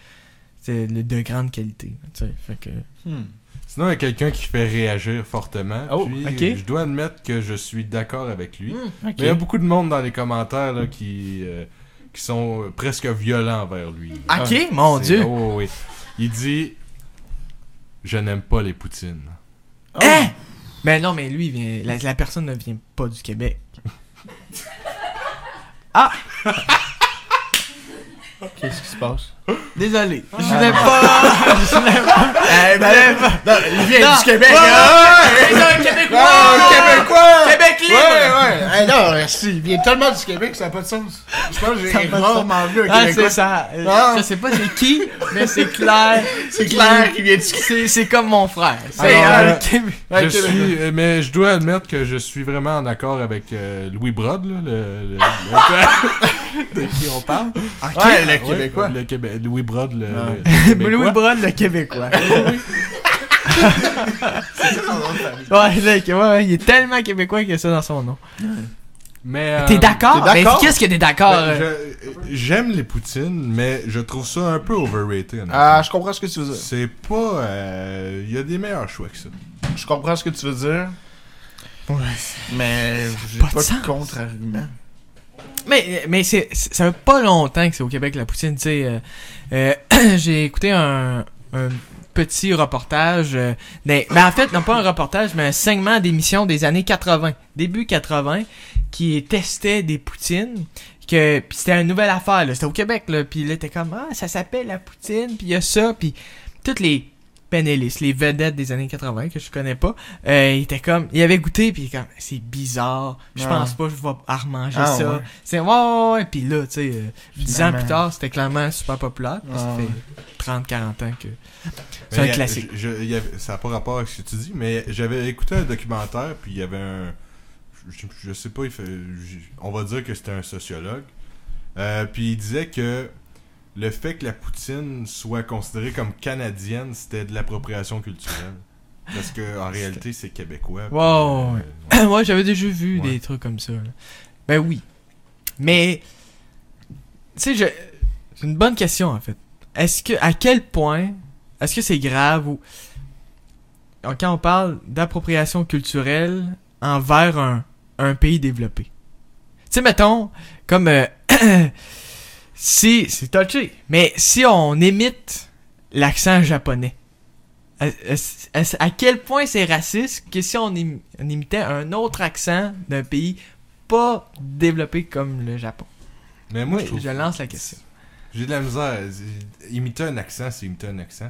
B: c'est de, de grande qualité. tu sais. Fait que
C: Hmm.
A: Sinon, il y a quelqu'un qui fait réagir fortement.
B: Oh,
A: puis,
B: ok.
A: Je dois admettre que je suis d'accord avec lui.
B: Ok.
A: Mais il y a beaucoup de monde dans les commentaires là, qui, euh, qui sont euh, presque violents envers lui.
B: ah, Ok, mon
A: C'est-
B: dieu.
A: oh, oui. Il dit Je n'aime pas les poutines.
B: Hein? Mais non, mais lui, il vient... la, la personne ne vient pas du Québec.
C: Qu'est-ce qui se passe
B: Désolé. Je n'aime pas. Je n'aime pas.
C: Eh ben, non, il vient
B: Non.
C: du Québec.
B: Ouais,
C: hein?
B: ouais, ouais, ouais, ouais,
C: Ouais,
B: Ah,
C: Québécois!
B: Québec libre!
C: Ouais, ouais! Hey, non, merci. Il vient tellement du Québec, ça n'a pas de sens. Je pense que
B: Ça a
C: j'ai
B: pas de
C: rarement vu un
B: Ah, c'est
C: Québécois.
B: ça. Euh,
C: Ah.
B: Je sais pas c'est qui, mais c'est clair.
C: C'est clair qu'il vient du Québec.
B: C'est c'est comme mon frère. C'est
C: Alors,
B: un
A: euh,
B: Québec.
C: Ouais,
A: je
C: Québécois.
A: suis, euh, mais je dois admettre que je suis vraiment en accord avec euh, Louis Brod, là, le, le- le- de qui on parle. Ah
B: Ah,
C: Ouais, le
A: Ouais,
C: Québécois.
A: le Québé- Louis Brod, le,
C: Ah.
A: le Québécois.
B: Louis Brod, le Québécois.
C: T'es
B: Ah, Ouais, le- ouais, ouais, il est tellement Québécois qu'il y a ça dans son nom.
A: Mais, euh,
B: T'es d'accord?
C: t'es
B: Mais
C: d'accord?
B: qu'est-ce que t'es d'accord?
A: ben,
B: euh?
A: je- J'aime les poutines, mais je trouve ça un peu overrated. honnêtement.
C: Ah, je comprends ce que tu veux dire.
A: C'est pas. euh, Il y a des meilleurs choix que ça.
C: Je comprends ce que tu veux dire.
B: Ouais.
C: Mais j'ai
B: pas
C: pas,
B: de sens.
C: de contre-argument.
B: Mais, mais c'est, c'est- ça fait pas longtemps que c'est au Québec la poutine, tu sais. euh, euh, j'ai écouté un, un petit reportage. euh, mais, mais en fait, non pas un reportage, mais un segment d'émission des années 80, début 80, qui testait des poutines. Que, puis c'était une nouvelle affaire, là. C'était au Québec, là. Puis là, t'es comme, ah, ça s'appelle la poutine, puis il y a ça, puis toutes les panélistes, les vedettes des années 80 que je connais pas, euh, ils étaient comme, ils avaient goûté, puis ils étaient comme, c'est bizarre, je
C: Ah.
B: pense pas que je vais à remanger
C: Ah,
B: ça.
C: ouais.
B: C'est ouais, ouais, ouais. Puis là, tu sais, euh, 10 ans
C: Finalement.
B: plus tard, c'était clairement super populaire. Puis ça
C: Ah, ouais.
B: fait 30-40 ans que. C'est
A: Mais
B: un
A: il y a-
B: classique.
A: je- je- il y avait- ça n'a pas rapport avec ce que tu dis, mais j'avais écouté un documentaire, puis il y avait un. Je, je sais pas, il fait, j- on va dire que c'était un sociologue. Euh, puis il disait que le fait que la poutine soit considérée comme canadienne, c'était de l'appropriation culturelle. Parce que en réalité, c'est québécois. puis, euh,
B: Wow, ouais.
A: ouais.
B: Moi, j'avais déjà vu
A: Ouais.
B: des trucs comme ça. là. Ben oui. Mais. Tu sais, je... c'est une bonne question, en fait. Est-ce que. À quel point. Est-ce que c'est grave ou. Alors, Quand on parle d'appropriation culturelle envers un, un pays développé. Tu sais, mettons, comme. euh, si. C'est touché. Mais si on imite l'accent japonais. À, à- euh, à- à quel point c'est raciste que si on, im- on imitait un autre accent d'un pays pas développé comme le Japon?
A: Mais moi, je
B: Oui,
A: trouve.
B: je lance la question.
A: J'ai de la misère. Imiter un accent, c'est imiter un accent.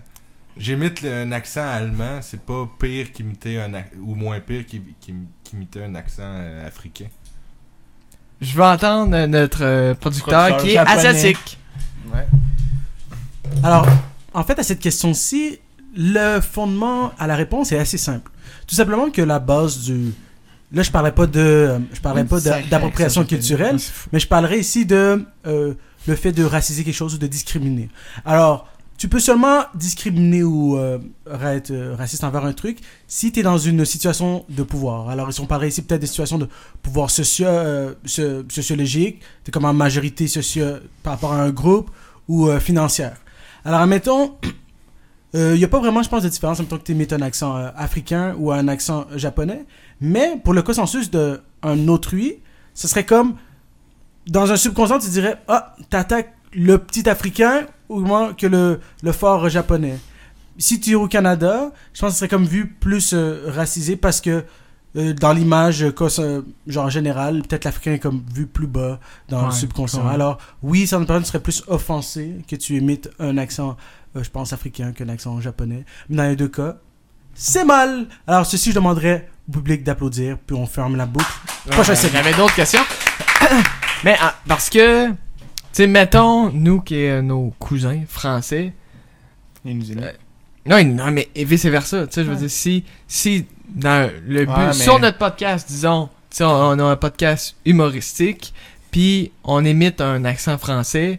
A: J'imite le- un accent allemand, c'est pas pire qu'imiter un ac- ou moins pire qu'im- qu'im- qu'imiter un accent euh, africain.
B: Je veux entendre euh, notre euh, producteur
C: Producteur
B: qui est
C: japonais.
B: asiatique.
C: Ouais.
D: Alors, en fait, à cette question-ci, le fondement à la réponse est assez simple. Tout simplement que la base du... Là, je parlais pas de, euh, je parlais
C: Une
D: pas d'a-
C: sacrée
D: d'appropriation
C: action
D: culturelle, mais je parlerai ici de euh, le fait de raciser quelque chose ou de discriminer. Alors, tu peux seulement discriminer ou euh, ra- être euh, raciste envers un truc si tu es dans une situation de pouvoir. Alors, ils ont parlé ici peut-être des situations de pouvoir socio euh, so- sociologique, t'es comme en majorité socio par rapport à un groupe ou euh, financière. Alors, admettons, euh, il n'y a pas vraiment, je pense, de différence en tant que tu émets un accent euh, africain ou un accent euh, japonais. Mais pour le consensus d'un autrui, ce serait comme dans un subconscient, tu dirais Ah, t'attaques le petit africain ou moins que le, le fort euh, japonais. Si tu es au Canada, je pense que ce serait comme vu plus euh, racisé parce que euh, dans l'image, euh, cos- euh, genre en général, peut-être l'Africain est comme vu plus bas dans le
B: Ouais,
D: subconscient.
B: ouais.
D: Alors, oui, certaines personnes seraient plus offensées que tu émites un accent, euh, je pense, africain qu'un accent japonais. Mais dans les deux cas, c'est mal. Alors, ceci, je demanderais au public d'applaudir, puis on ferme la boucle. Prochain
B: Euh,
D: segment.
B: J'avais d'autres questions. Mais ah, parce que, tu sais, mettons, nous qui est euh, nos cousins français,
C: Il nous énerve.
B: non, il- non mais vice versa, tu sais, je veux
D: Ouais.
B: dire, si, si dans le but,
C: Ouais, mais-
B: sur notre podcast, disons, tu sais, on, on a un podcast humoristique, puis on imite un accent français,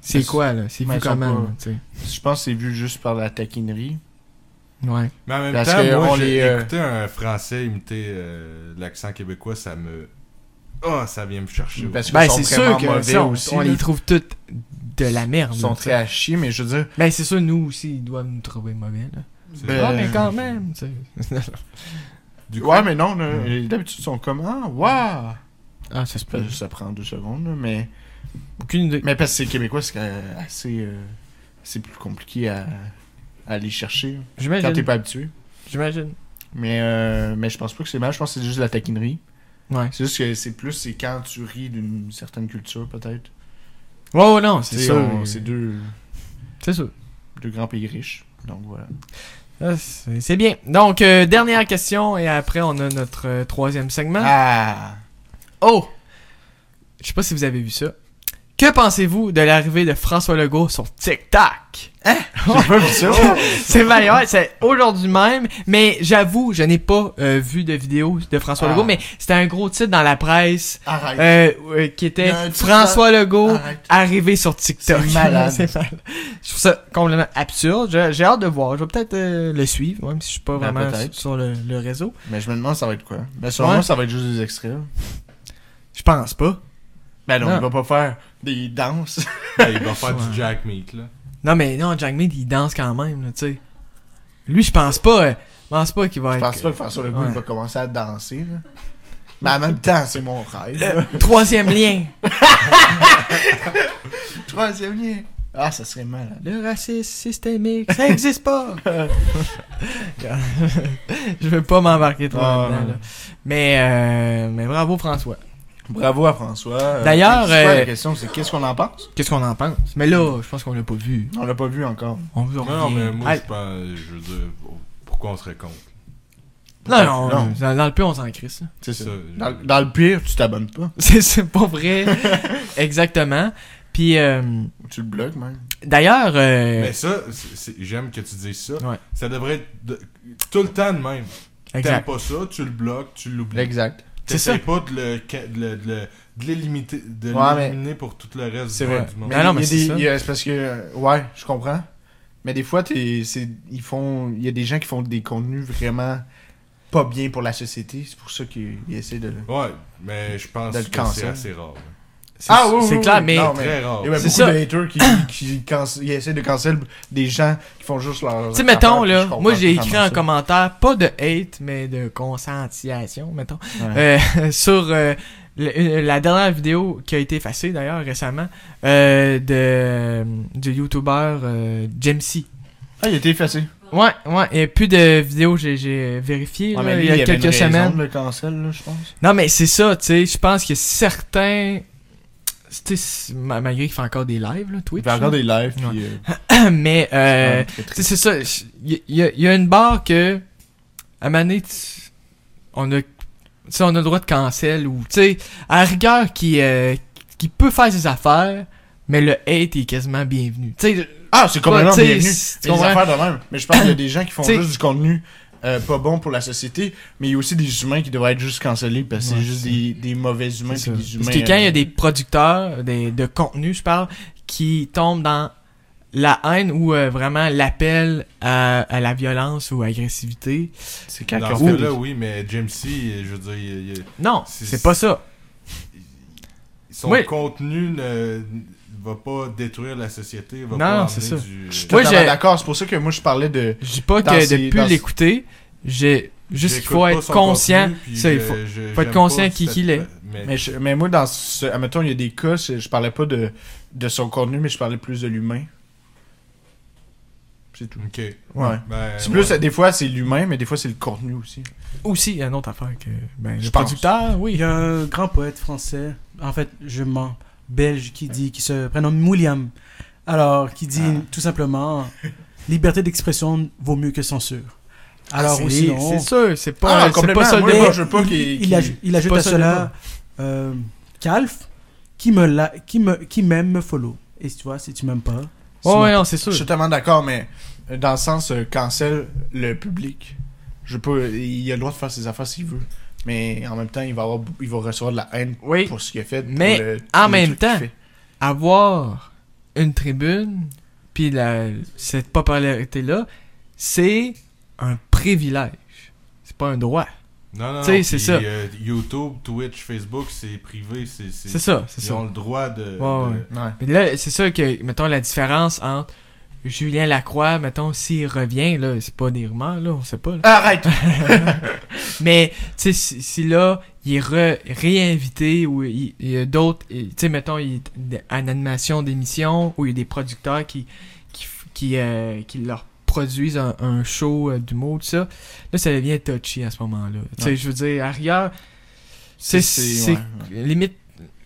B: c'est
C: Mais-
B: quoi, là? C'est
C: mais
B: vu
C: ils sont
B: comment,
C: pas-
B: là, tu sais?
C: Je pense que c'est vu juste par la taquinerie.
B: Ouais.
A: Mais en même
C: Parce que
A: temps, moi,
C: on
A: j'ai
C: les, euh,
A: écouté un français imiter euh, l'accent québécois, ça me. Ah, ça vient me chercher.
C: Parce que
B: Ben,
C: sont
B: c'est
C: vraiment
B: sûr que
C: mauvais
B: ça, on,
C: aussi,
B: on
C: là.
B: les trouve toutes de la merde.
C: Ils
B: là,
C: sont
B: tu sais.
C: très à chier, mais je veux dire.
B: Ben, c'est sûr, nous aussi, ils doivent nous trouver mauvais, là.
A: C'est- euh,
C: Ben,
B: Ah, mais quand même, tu sais.
A: Du coup,
C: Ouais, mais non, là,
A: Ouais.
C: et d'habitude, ils sont comme Ah, waouh
B: Ah, ça se peut.
C: Ça prend deux secondes, là, mais.
B: Aucune idée.
C: Mais parce que c'est québécois, c'est euh, assez. euh, c'est plus compliqué à, à aller chercher là, quand t'es
B: J'imagine.
C: pas habitué.
B: J'imagine.
C: Mais, euh, mais je pense pas que c'est mal, je pense que c'est juste la taquinerie.
B: Ouais.
C: C'est juste que c'est plus, c'est quand tu ris d'une certaine culture, peut-être.
B: Ouais, ouais, non,
C: C'est
B: c'est
C: ça,
B: sûr.
C: c'est deux,
B: C'est sûr.
C: deux grands pays riches. Donc voilà.
B: Ah, C'est c'est bien. Donc, euh, dernière question, et après, on a notre euh, troisième segment.
C: Ah!
B: Oh! Je sais pas si vous avez vu ça. Que pensez-vous de l'arrivée de François Legault sur TikTok?
C: J'ai pas vu ça!
B: C'est meilleur, c'est aujourd'hui même, mais j'avoue, je n'ai pas euh, vu de vidéo de François
C: Ah.
B: Legault, mais c'était un gros titre dans la presse
C: Arrête!
B: euh, oh! euh, qui était
C: Il y a un titre
B: François Legault
C: Arrête.
B: arrivé sur TikTok.
C: C'est malade.
B: C'est malade. Je trouve ça complètement absurde. Je- J'ai hâte de voir. Je vais peut-être euh, le suivre, même si je suis pas
C: Ben,
B: vraiment
C: peut-être.
B: sur, sur le, le réseau.
C: Mais je me demande ça va être quoi. Mais selon
B: Ouais.
C: moi, ça va être juste des extraits.
B: Je pense pas.
C: Ben non,
B: Non.
C: il va pas faire des danses.
A: ben, il va faire
B: Ouais.
A: du Jack Meat, là.
B: Non, mais non, Jack Mead, il danse quand même, là, tu sais. Lui, je pense pas. euh, je pense pas qu'il va
C: Je
B: être.
C: pense pas que François Legault
B: Ouais.
C: il va commencer à danser. Là. Mais en même temps, c'est mon rêve.
B: Le troisième lien.
C: Troisième lien. Ah, ça serait malade.
B: Le racisme systémique, ça existe pas. je veux pas m'embarquer trop
C: Ah,
B: là-dedans,
C: ouais.
B: là. Mais, euh, mais bravo, François.
C: Bravo à François. Euh,
B: D'ailleurs,
C: c'est quoi
B: euh,
C: la question, c'est qu'est-ce qu'on en pense
B: Qu'est-ce qu'on en pense? Mais là, je pense qu'on l'a pas vu.
C: On l'a pas vu encore.
B: On veut
A: Non, non, mais moi, je pense. Je veux dire, pourquoi on se raconte
B: Non, non,
C: Non.
B: Dans, dans le peu, on s'en crisse. là.
C: C'est ça.
A: ça.
C: Dans, dans le pire, tu t'abonnes pas.
B: C'est- C'est pas vrai. Exactement. Puis, euh,
C: Ou tu le bloques même.
B: d'ailleurs, euh,
A: Mais ça, c'est- c'est- j'aime que tu dises ça.
B: Ouais.
A: Ça devrait être de- tout le temps de même. T'aimes
B: exact.
A: pas ça, tu le bloques, tu l'oublies.
C: Exact.
B: C'est ça.
A: T'essayes pas de le, ca- de le, de le- de l'élimiter- de
C: Ouais, mais-
A: l'éliminer pour tout le reste
C: C'est
A: du,
C: vrai.
A: du monde.
B: Mais Ah non,
C: il y
B: mais
C: a
B: c'est
C: des-
B: ça.
C: il y a- c'est parce que. euh, Ouais, je comprends. Mais des fois, t'es, c'est, ils font, il y a des gens qui font des contenus vraiment pas bien pour la société. C'est pour ça qu'ils ils essaient de.
A: Ouais, mais je pense
C: De le
A: que c'est
C: cancel.
A: assez rare. là.
B: C'est-
A: Ah,
B: C'est clair, mais
C: Non, mais-
A: Très rare.
C: Il y a
B: C'est
C: beaucoup
B: ça.
C: de haters qui, qui, cance- ils essaient de cancel des gens qui font juste leur.
B: Tu sais,
C: affaire,
B: mettons, là,
C: puis je
B: moi
C: comprends
B: j'ai écrit
C: totalement
B: un
C: ça.
B: commentaire, pas de hate, mais de conscientisation, mettons,
C: Ouais.
B: euh, sur euh, le- euh, la dernière vidéo qui a été effacée d'ailleurs récemment, euh, de, du youtubeur euh, Jamesy.
C: Ah, il a été effacé.
B: Ouais, ouais, il n'y a plus de vidéos, j'ai- j'ai vérifié
C: Ouais,
B: là,
C: mais lui,
B: il y a
C: avait
B: quelques
C: une raison
B: semaines.
C: de le cancel, là, je pense.
B: Non, mais c'est ça, tu sais. Je pense que certains. Tu sais, c'est- ma- malgré qu'il fait encore des lives, là,
C: Il
B: Twitch.
C: fait encore
B: là.
C: des lives,
B: Ouais.
C: puis. euh,
B: Mais, euh,
C: c'est vraiment très
B: tu sais, c'est ça. je- Il y, a- il y a une barre que. À Mané, on a. Tu sais, on a le droit de cancel ou. Tu sais, à la rigueur, qui, euh, qui peut faire ses affaires, mais le hate est quasiment bienvenu. Tu sais,
C: Ah, c'est complètement
B: Bah, t'sais,
C: bienvenu.
B: c'est- tu
C: Des
B: comprends?
C: affaires de même. Mais je pense qu'il y a des gens qui font
B: T'sais-
C: juste du contenu euh, pas bon pour la société, mais il y a aussi des humains qui devraient être juste cancellés parce que c'est juste des, des mauvais humains
D: C'est
C: puis
D: ça.
C: des humains.
B: Parce que quand il y a
C: euh,
B: des producteurs des- de contenu, je parle, qui tombent dans la haine ou euh, vraiment l'appel à, à la violence ou agressivité.
C: C'est quand
A: Dans ce cas-là, oui, mais James C, je veux dire, il- il-
B: Non,
A: C'est-
B: c'est pas ça.
A: son
B: Oui.
A: contenu ne va pas détruire la société,
B: Non,
A: va pas
B: non,
A: amener
B: c'est ça.
A: du-
C: Je suis
B: Moi,
C: totalement
B: j'ai-
C: d'accord. C'est pour ça que moi, je parlais de.
B: Je dis pas
C: Dans
B: que
C: ces-
B: de
C: dans
B: plus
C: ces-
B: l'écouter, j'ai juste qu'il
A: J'écoute
B: faut
A: pas
B: être
A: son
B: conscient.
A: contenu, puis
B: ça, il
A: je-
B: faut-
A: je-
B: faut être
A: j'aime
B: conscient
A: pas
B: qui- qui
A: cette-
B: il est.
A: Mais,
C: Mais, je- mais moi, dans ce. Admettons, il y a des cas, c'est- je parlais pas de, de son contenu, mais je parlais plus de l'humain. C'est tout.
A: ok.
C: Ouais.
B: Euh,
A: Ben,
C: C'est
A: ouais.
C: plus, des fois, c'est l'humain, mais des fois, c'est le contenu aussi.
B: Aussi, il y a une autre affaire que ben,
C: Je
B: le
C: pense. Ah,
B: producteur,
D: Il
B: oui.
D: y a un grand poète français, en fait, je mens, belge, qui dit, qui se prénomme William. Alors, qui dit
B: Ah.
D: tout simplement, liberté d'expression vaut mieux que censure. Alors,
B: Ah, c'est,
D: aussi, non.
B: c'est sûr, c'est
C: Ah,
B: pas, c'est
C: complètement,
B: pas ça le
C: moi,
D: Mais
B: débat.
C: je veux pas
D: il-
C: qu'il-
D: il-
C: qu'il-
D: il aj- il ajoute
B: pas
D: à
B: ça le
D: cela
B: débat.
D: euh, Calf, qui me la, qui me, qui m'aime me follow. Et tu vois, si tu m'aimes pas,
B: Ouais,
D: si
B: ouais,
D: ma-
B: non, c'est sûr.
C: Je suis totalement d'accord, mais euh, dans le sens euh, cancel le public. Je peux, il a le droit de faire ses affaires s'il veut, mais en même temps, il va avoir, il va recevoir de la haine
B: Oui.
C: pour ce qu'il a fait. pour
B: Mais
C: le-
B: en
C: le
B: même
C: truc qu'il
B: temps,
C: fait.
B: avoir une tribune, puis la- cette popularité-là, c'est un privilège. C'est pas un droit.
A: Non, non,
B: Tu sais,
A: non,
B: c'est
A: puis,
B: ça.
A: euh, YouTube, Twitch, Facebook, c'est privé. C'est, c'est,
B: C'est ça, c'est
A: Ils
B: ça.
A: ont le droit de.
B: Ouais,
A: de-
B: ouais.
C: Ouais.
B: Mais là, c'est ça que, mettons, la différence entre Julien Lacroix, mettons, s'il revient, là, c'est pas des rumeurs, là, on sait pas, là.
C: Arrête.
B: Mais, tu sais, si, si là, il est re- réinvité ou il, il y a d'autres, il- tu sais, mettons, il est d- en animation d'émission où il y a des producteurs qui, qui, f- qui, euh, qui leur produisent un, un show euh, d'humour, tout ça, là, ça devient touchy à ce moment-là. Tu sais,
C: Ouais.
B: je veux dire, arrière, c'est c'est
C: ouais,
B: limite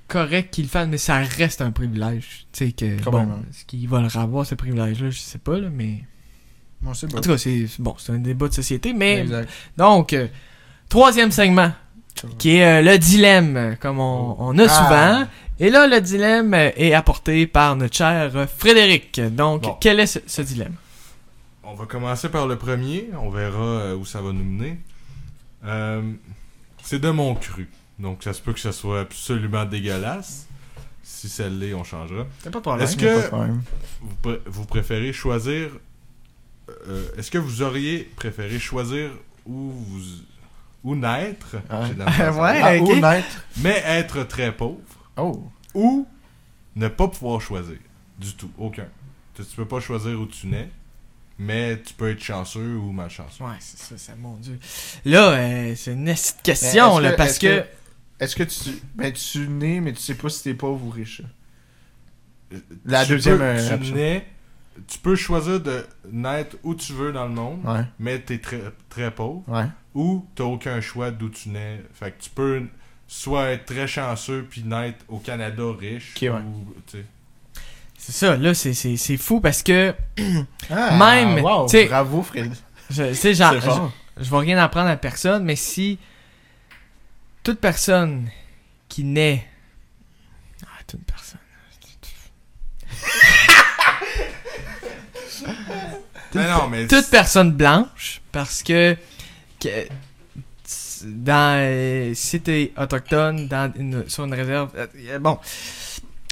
B: correct qu'il le fasse, mais ça reste un privilège. Tu sais, que,
C: Quand
B: bon,
C: même, hein.
B: est-ce qu'il va le revoir, ce privilège-là, je sais pas, là, mais...
C: Bon, c'est bon.
B: En tout cas, c'est bon, c'est un débat de société, mais...
C: Exact.
B: Donc, euh, troisième segment, qui est euh, le dilemme, euh, comme on, on a
C: Ah.
B: souvent. Et là, le dilemme euh, est apporté par notre cher euh, Frédéric. Donc,
A: Bon.
B: quel est ce, ce dilemme?
A: On va commencer par le premier. On verra euh, où ça va nous mener. Euh, c'est de mon cru. Donc, ça se peut que ce soit absolument dégueulasse. Si ça l'est, on changera.
B: C'est pas de
A: problème. Est-ce
C: Il y a
A: que-
C: pas de problème.
A: Vous, pré- vous préférez choisir. euh, Est-ce que vous auriez préféré choisir où vous. où naître
C: Ouais.
A: j'ai de la misère à
B: Ouais.
A: dire,
C: Ah,
B: ok.
C: honnête.
A: Mais être très pauvre.
C: Oh.
A: ou ne pas pouvoir choisir du tout, aucun. Tu, tu peux pas choisir où tu nais, mais tu peux être chanceux ou malchanceux.
B: Ouais, c'est ça, c'est mon Dieu. Là, euh, c'est une petite question,
C: Mais est-ce
B: là,
C: que-
B: parce
C: est-ce
B: que...
C: Est-ce que tu, ben tu nais, mais tu sais pas si t'es pauvre ou riche.
A: Euh,
C: La
A: tu
C: deuxième,
A: peux-
C: euh,
A: tu
C: option.
A: nais, tu peux choisir de naître où tu veux dans le monde,
C: Ouais.
A: mais tu es très, très pauvre,
C: Ouais.
A: ou tu aucun choix d'où tu nais. Fait que tu peux soit être très chanceux puis naître au Canada riche,
C: Ok, ouais.
A: ou, tu sais.
B: C'est ça, là, c'est- c'est c'est fou, parce que...
C: Ah,
B: Même,
C: wow,
B: tu sais-
C: bravo, Fred.
B: Je, tu sais, j'en-
C: C'est fort.
B: je, je vais rien apprendre à personne, mais si toute personne qui naît... Ah, toute personne...
A: Mais non, mais
B: toute personne blanche parce que, que dans euh, si t'es autochtone dans une, sur une réserve euh, euh, bon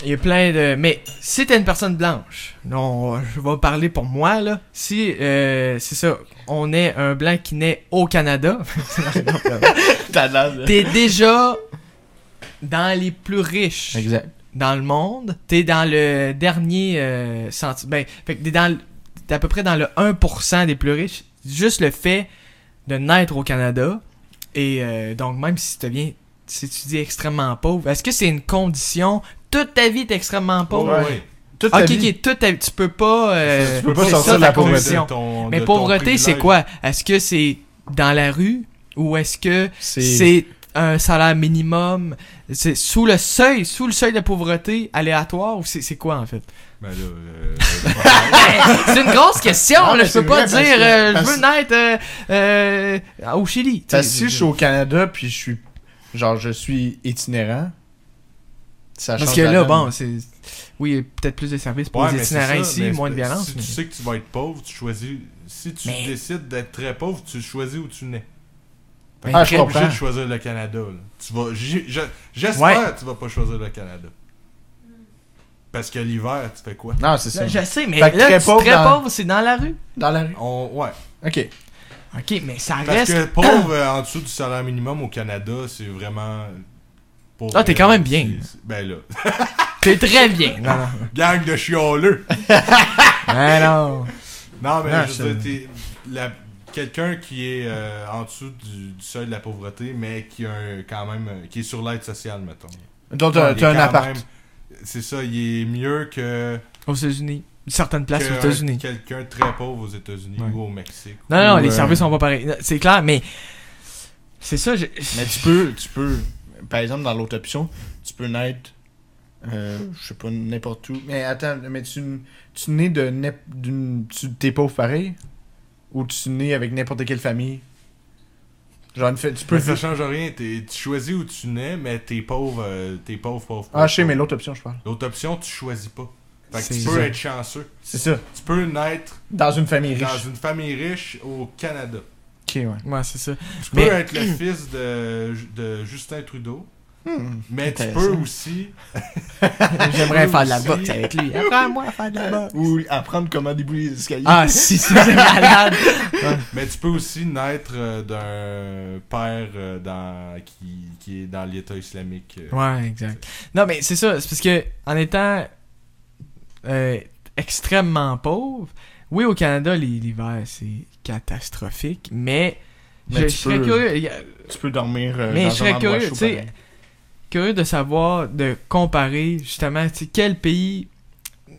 B: il y a plein de mais si t'es une personne blanche non je vais parler pour moi là si euh, c'est ça on est un blanc qui naît au Canada
C: T'as l'air de-
B: t'es déjà dans les plus riches
C: Exact.
B: dans le monde, t'es dans le dernier euh, centi- Ben, fait que t'es dans le- t'es à peu près dans le 1% des plus riches. Juste le fait de naître au Canada. Et euh, donc, même si tu viens, si tu dis extrêmement pauvre, est-ce que c'est une condition? Toute ta vie, t'es extrêmement pauvre.
A: Ouais,
C: Ouais.
A: ouais.
C: Toute
B: ok,
C: ta vie-
B: ok, toute ta vie, tu peux pas. euh,
C: Tu peux pas
B: c'est
C: sortir
B: ça
C: de la
B: ta
C: pauvreté.
B: condition.
A: ton-
B: Mais
A: de ton
B: pauvreté, c'est
A: privilège.
B: quoi? Est-ce que c'est dans la rue ou est-ce que
C: C'est
B: c'est un salaire minimum c'est sous le seuil sous le seuil de pauvreté aléatoire ou c'est c'est quoi en fait
A: Ben là, euh, euh,
B: c'est une grosse question
C: Non,
B: là,
C: mais
B: je peux
C: c'est
B: pas
C: vrai,
B: dire
C: parce que-
B: euh, je
C: parce-
B: veux naître euh, euh, au Chili tu sais,
C: Parce que si je suis au Canada puis je suis genre je suis itinérant, ça
B: parce
C: change
B: que
C: la
B: là
C: donne.
B: bon c'est Oui, il y a peut-être plus de services pour
A: Ouais,
B: les
A: mais c'est
B: itinérants
A: ça,
B: ici,
A: mais
B: moins de
A: c'est-
B: violence.
A: Si
B: mais-
A: tu sais que tu vas être pauvre, tu choisis. Si tu
B: Mais-
A: décides d'être très pauvre, tu choisis où tu nais.
B: mais
C: Ah, je
A: T'es
B: très-
A: obligé
C: comprends.
A: de choisir le Canada. là. Tu vas, j'ai- je- j'espère
B: Ouais.
A: que tu vas pas choisir le Canada. Parce que l'hiver, tu fais quoi
C: Non, c'est ça.
B: Là, je sais, mais
C: Fait que
B: là,
C: très
B: tu-
C: pauvre
B: très
C: dans-
B: pauvre, c'est dans la rue.
C: Dans la rue.
A: On, ouais.
C: Ok.
B: Ok, mais ça
A: Parce
B: reste.
A: que pauvre euh, en dessous du salaire minimum au Canada, c'est vraiment. pour
B: Ah, t'es
A: vrai,
B: quand même bien.
A: c'est- Ben là.
B: T'es très bien. Non, non.
A: Gang de chioleux!
B: Ah, non.
A: Non, mais
C: Non,
A: je
C: c'est-
A: veux dire, t'es- la- quelqu'un qui est euh, en dessous du, du seuil de la pauvreté, mais qui a un- quand même. euh, qui est sur l'aide sociale, mettons.
C: Donc, t'as
A: Il est
C: t'as un
A: quand
C: appart.
A: même- C'est ça, il est mieux que.
B: Aux États-Unis. Certaines places
A: que
B: aux États-Unis.
A: Quelqu'un de très pauvre aux États-Unis
D: Ouais.
A: ou au Mexique.
B: Non, non,
A: Ou,
B: les
A: euh,
B: services sont pas pareils. C'est clair, mais. C'est ça, je-
C: Mais tu peux, tu peux, par exemple, dans l'autre option, tu peux naître, euh, je sais pas, n'importe où. Mais attends, mais tu, tu nais de n'ép- d'une. Tu t'es pauvre pareil Ou tu nais avec n'importe quelle famille Genre, une fa- tu peux.
A: mais ça change rien. T'es- tu choisis où tu nais, mais t'es pauvre, euh, t'es pauvre, pauvre,
C: Ah,
A: pauvre,
C: je sais, mais
A: pauvre.
C: l'autre option, je parle.
A: L'autre option, tu choisis pas. Fait que
B: C'est
A: tu peux
B: ça.
A: être chanceux.
C: C'est ça.
A: Tu peux naître
C: Dans une famille riche.
A: dans une famille riche au Canada.
C: Ok, ouais.
B: Ouais, c'est ça.
A: Tu
B: Mais-
A: peux être le fils de, de Justin Trudeau,
C: Hmm.
A: mais tu
C: Intéressant.
A: peux aussi.
B: J'aimerais faire de la
A: Aussi.
B: boxe avec lui. Apprends-moi à faire de la
D: Hmm.
B: boxe.
C: Ou apprendre comment débouler les escaliers.
B: Ah, si, si, c'est malade.
A: Mais tu peux aussi naître euh, d'un père euh, dans, qui, qui est dans l'État islamique. euh.
B: Ouais, exact. Non, mais c'est ça. C'est parce que, en étant euh, extrêmement pauvre, oui, au Canada, l'hi- l'hiver, c'est catastrophique, mais,
C: Mais
B: je,
C: tu
B: je serais
C: peux-
B: curieux, y-
C: Tu peux dormir. euh,
B: Mais
C: dans
B: je serais
C: un endroit
B: curieux,
C: chaud
B: tu sais,
C: pareil.
B: curieux de savoir, de comparer, justement, tu sais, quel pays.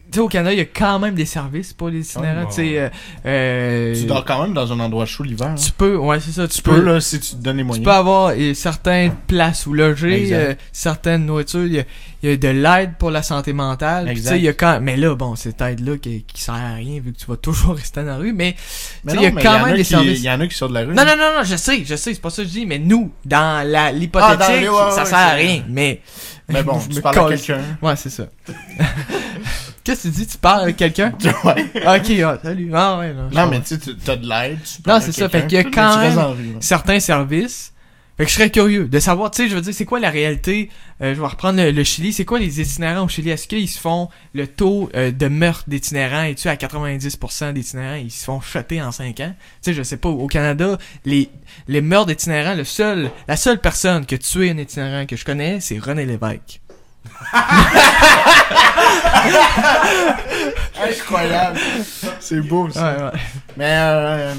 B: Tu sais, au Canada, il y a quand même des services pour les itinérants.
A: Ouais,
B: tu sais, euh, euh,
C: Tu dors quand même dans un endroit chaud l'hiver. hein.
B: tu peux, ouais, c'est ça, tu,
C: Tu
B: peux.
C: peux, là, si tu te donnes les
B: tu
C: moyens.
B: peux avoir euh, certaines places où loger,
C: Exact.
B: euh, certaines nourritures, il y a- il y, a de l'aide pour la santé mentale. puis tu sais, il y a quand mais là bon, cette aide là qui, qui sert à rien vu que tu vas toujours rester dans la rue, mais, tu sais, il y a
C: mais
B: quand
C: en
B: même des
C: qui-
B: services.
C: Il y en a qui sortent de la rue.
B: Non non non non, je sais, je sais, c'est pas ça que je dis, mais nous dans la l'hypothétique,
C: Ah, dans le- ouais, ouais,
B: ça
C: ouais,
B: sert à
C: c'est-
B: rien, mais
C: Mais bon,
B: Je
C: tu
B: me
C: parles à
B: casse.
C: quelqu'un.
B: Ouais, c'est ça. Qu'est-ce que tu dis Tu parles avec quelqu'un
C: ouais.
B: Ok, ah, salut. Ah ouais, non. je
C: Non,
B: comprends.
C: mais tu sais, tu- t'as de l'aide. tu
B: Non,
C: parles
B: c'est
C: à
B: ça,
C: quelqu'un,
B: fait qu'il y a
C: mais
B: quand
C: tu restes
B: même-
C: dans la rue, là.
B: certains services. Fait que je serais curieux de savoir, tu sais, je veux dire, c'est quoi la réalité? Euh, je vais reprendre le, le Chili. C'est quoi les itinérants au Chili? Est-ce qu'ils se font le taux euh, de meurtre d'itinérants? Et tu à 90% d'itinérants, ils se font shotter en 5 ans? Tu sais, je sais pas. Au Canada, les, les meurtres d'itinérants, le seul, la seule personne que tué un itinérant que je connais, c'est René Lévesque.
C: Incroyable. c'est beau, ça.
B: Ouais, ouais.
C: Mais, euh,